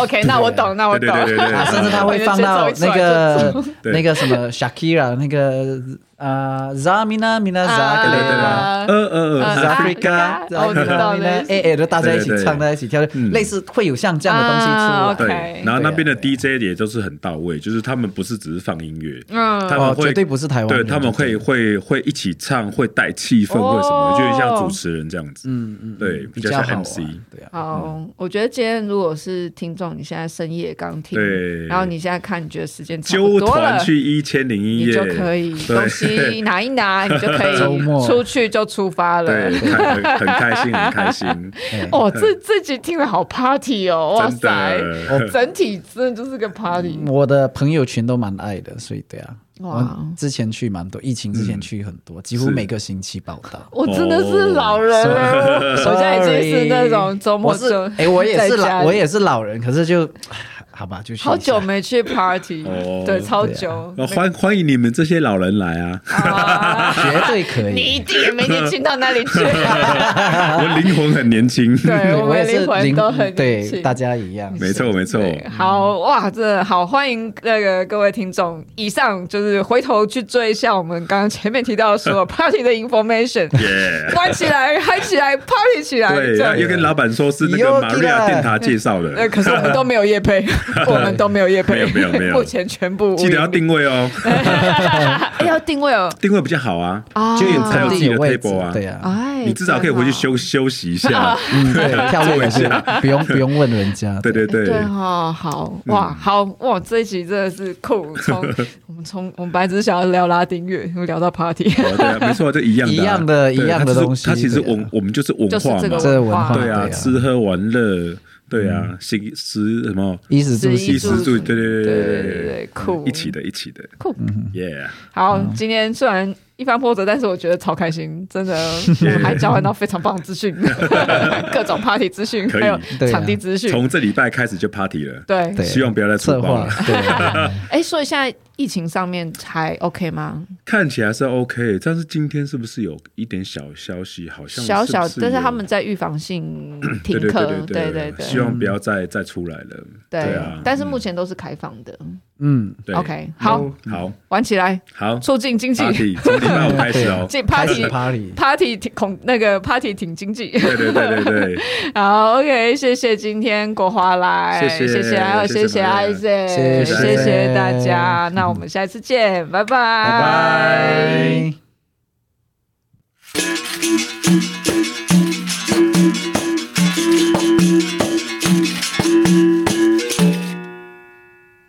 Speaker 1: OK，那我懂，那我
Speaker 2: 对
Speaker 1: 懂。
Speaker 2: 对对 对
Speaker 3: 啊，
Speaker 2: 对，
Speaker 3: 甚至他会放到那
Speaker 1: 我
Speaker 3: 个
Speaker 2: 对
Speaker 3: 那个什么 Shakira 那个啊 Zamina Mina
Speaker 1: 啊
Speaker 3: Za
Speaker 2: 对对对，
Speaker 1: 啊
Speaker 2: 呃呃
Speaker 1: 呃
Speaker 2: 呃
Speaker 3: Africa，
Speaker 1: Africa，我知道类
Speaker 3: Zamina，
Speaker 1: 似
Speaker 3: 哎哎，就大家一起
Speaker 2: 对对对
Speaker 3: 唱，大家一起跳，
Speaker 2: 嗯
Speaker 3: 类似会有像这样的东西
Speaker 1: 啊
Speaker 3: 出
Speaker 1: ，OK。
Speaker 2: 对
Speaker 3: 来
Speaker 1: OK，
Speaker 2: 然后那边的
Speaker 3: 对
Speaker 2: DJ 也都是很到位，就是他们不是只是放音乐，他
Speaker 1: 嗯，
Speaker 2: 们
Speaker 3: 哦，
Speaker 2: 会
Speaker 3: 绝对不是台湾
Speaker 2: 对
Speaker 3: 人，
Speaker 2: 他们会会会一起唱，会带气氛，会什
Speaker 1: 哦
Speaker 2: 么，就像主持人这样子。
Speaker 3: 嗯嗯，
Speaker 2: 对，
Speaker 3: 比较
Speaker 2: 较
Speaker 3: 好
Speaker 2: 像
Speaker 3: 玩
Speaker 2: MC。
Speaker 3: 对啊，
Speaker 1: 好，我觉得今天如果是听众，你现在深夜刚听
Speaker 2: 对，
Speaker 1: 然后你现在看，你觉得时间差不
Speaker 2: 纠
Speaker 1: 多了
Speaker 2: 团，去一千零一
Speaker 1: 你
Speaker 2: 夜，
Speaker 1: 就可以
Speaker 2: 对
Speaker 1: 恭喜西拿一拿，你就可
Speaker 3: 周
Speaker 1: 以
Speaker 3: 末
Speaker 1: 出去就出发了。
Speaker 2: 对，很很很开心，很开心，
Speaker 3: 哎
Speaker 1: 哦，这这集听了好 party 哦，哇
Speaker 2: 真
Speaker 1: 塞，
Speaker 2: 的。
Speaker 3: 哦
Speaker 1: 整体真的就是个 party。
Speaker 2: 嗯
Speaker 3: 我的朋友群都蛮爱的，所以对啊，
Speaker 1: 哇
Speaker 3: 我之前去蛮多，疫情之前去很多，几乎
Speaker 2: 嗯是
Speaker 3: 每个星期报道。
Speaker 1: 我真的是老人
Speaker 2: 呃
Speaker 1: 了，
Speaker 2: 哦
Speaker 1: 我我现在已经是那种周末
Speaker 3: 我是
Speaker 1: 就
Speaker 3: 哎，我也是
Speaker 1: 在家
Speaker 3: 老，
Speaker 1: 里
Speaker 3: 我也是老人，可是就 好吧，就去一下啊
Speaker 1: 好久没去 party，
Speaker 2: 哦
Speaker 1: 对，超
Speaker 3: 对啊
Speaker 1: 久。
Speaker 2: 呃欢欢迎你们这些老人来啊！
Speaker 1: 啊
Speaker 3: 绝对可
Speaker 1: 你一
Speaker 3: 以。
Speaker 1: 定也没年轻到那里去，啊
Speaker 2: 我灵魂很年轻，
Speaker 1: 对我
Speaker 3: 我也
Speaker 1: 们
Speaker 3: 是
Speaker 1: 灵魂都很年
Speaker 3: 对
Speaker 1: 轻
Speaker 3: 大家一样，
Speaker 2: 没错没错，
Speaker 1: 对，好哇，真的好欢迎那个各位听众。以上就是回头去追一下我们刚刚前面提到的所有 party 的 information，
Speaker 2: 耶！
Speaker 1: 关起来，嗨起来，party 起来。
Speaker 2: 对，
Speaker 1: 这样
Speaker 2: 要要跟老板说是那
Speaker 3: 以
Speaker 2: 个
Speaker 3: 后
Speaker 2: 玛
Speaker 3: 记
Speaker 2: 瑞亚
Speaker 3: 得
Speaker 2: 电塔介绍
Speaker 1: 呃，
Speaker 2: 的，
Speaker 1: 可是我们都没有业 配，我们都没有业配，
Speaker 2: 没有没有没有
Speaker 1: 目前全部无
Speaker 2: 记得要
Speaker 1: 盈利
Speaker 2: 定位哦，
Speaker 1: 哎要定位哦，
Speaker 2: 定位比较好啊，
Speaker 1: 啊
Speaker 2: 就你才有
Speaker 3: 本
Speaker 2: 自
Speaker 3: 地
Speaker 2: 己的
Speaker 3: 有位置
Speaker 2: table 啊，，
Speaker 3: 对啊，
Speaker 1: 哎，
Speaker 2: 你至少可以回去休休息一下，
Speaker 3: 嗯，对，跳位置不用不用问人家，
Speaker 2: 对对嗯对
Speaker 1: 真的哦。对哦，好哇，好哇，这一集真的是酷。 从我们从我们本来只是想要聊拉丁乐，聊到 party，
Speaker 2: 哦对啊，没错，就一样的啊
Speaker 3: 一样的
Speaker 2: 对
Speaker 3: 一
Speaker 2: 它
Speaker 3: 样的
Speaker 2: 就是
Speaker 3: 东西
Speaker 2: 它其实
Speaker 3: 对啊
Speaker 2: 文我们就是文
Speaker 1: 就是
Speaker 2: 化
Speaker 1: 这个
Speaker 2: 嘛，
Speaker 3: 这文化
Speaker 2: 对啊，
Speaker 3: 对啊
Speaker 2: 吃喝玩乐，对啊，行食什么
Speaker 3: 衣食住
Speaker 1: 食衣住
Speaker 2: 衣
Speaker 3: 行
Speaker 2: 食
Speaker 1: 行
Speaker 2: 住，对对
Speaker 1: 对对
Speaker 2: 对
Speaker 1: 对对
Speaker 2: 对，
Speaker 1: 酷
Speaker 2: 嗯一起的，一起的，
Speaker 1: 酷。
Speaker 2: 耶！
Speaker 1: 好，
Speaker 2: 嗯
Speaker 1: 今天虽然一番波折，但是我觉得超开心，真的，我们还交换到非常棒的资 讯，各种 party 资讯，
Speaker 2: 可以
Speaker 1: 还有
Speaker 3: 对啊
Speaker 1: 场地资讯。
Speaker 2: 从这礼拜开始就 party 了，
Speaker 1: 对，
Speaker 3: 对
Speaker 2: 希望不要再
Speaker 3: 策
Speaker 2: 出包
Speaker 3: 划
Speaker 2: 了。，
Speaker 3: 对啊，
Speaker 1: 哎，所以现在疫情上面还 OK 吗？
Speaker 2: 看起来是 OK，但是今天是不是有一点小消息？好像
Speaker 1: 小小，
Speaker 2: 不
Speaker 1: 但是
Speaker 2: 有
Speaker 1: 他们在预防 性停
Speaker 2: 对对
Speaker 1: 课
Speaker 2: 对，
Speaker 1: 对
Speaker 2: 对
Speaker 1: 对，
Speaker 2: 希望不要再再出来了。对
Speaker 1: 对
Speaker 2: 啊，
Speaker 1: 但是目前都是开放的。
Speaker 3: 嗯，
Speaker 2: 对
Speaker 1: OK，好，
Speaker 2: 好
Speaker 1: 玩起来，
Speaker 2: 好
Speaker 1: 促进经济，
Speaker 2: ，party 从礼拜五开始哦。
Speaker 1: 进
Speaker 3: 开
Speaker 1: party
Speaker 3: 始 party，
Speaker 1: party 挺恐那个 party 挺经济。
Speaker 2: 对对对对对，
Speaker 1: 好，OK，谢谢今天国华来，
Speaker 2: 谢谢
Speaker 1: 谢，还有
Speaker 2: 谢谢
Speaker 1: 谢谢
Speaker 2: 马瑞
Speaker 1: Isaac，
Speaker 3: 谢
Speaker 2: 谢
Speaker 1: 谢谢大家，那我们下次见，拜拜，
Speaker 3: 拜
Speaker 1: 拜
Speaker 3: 拜。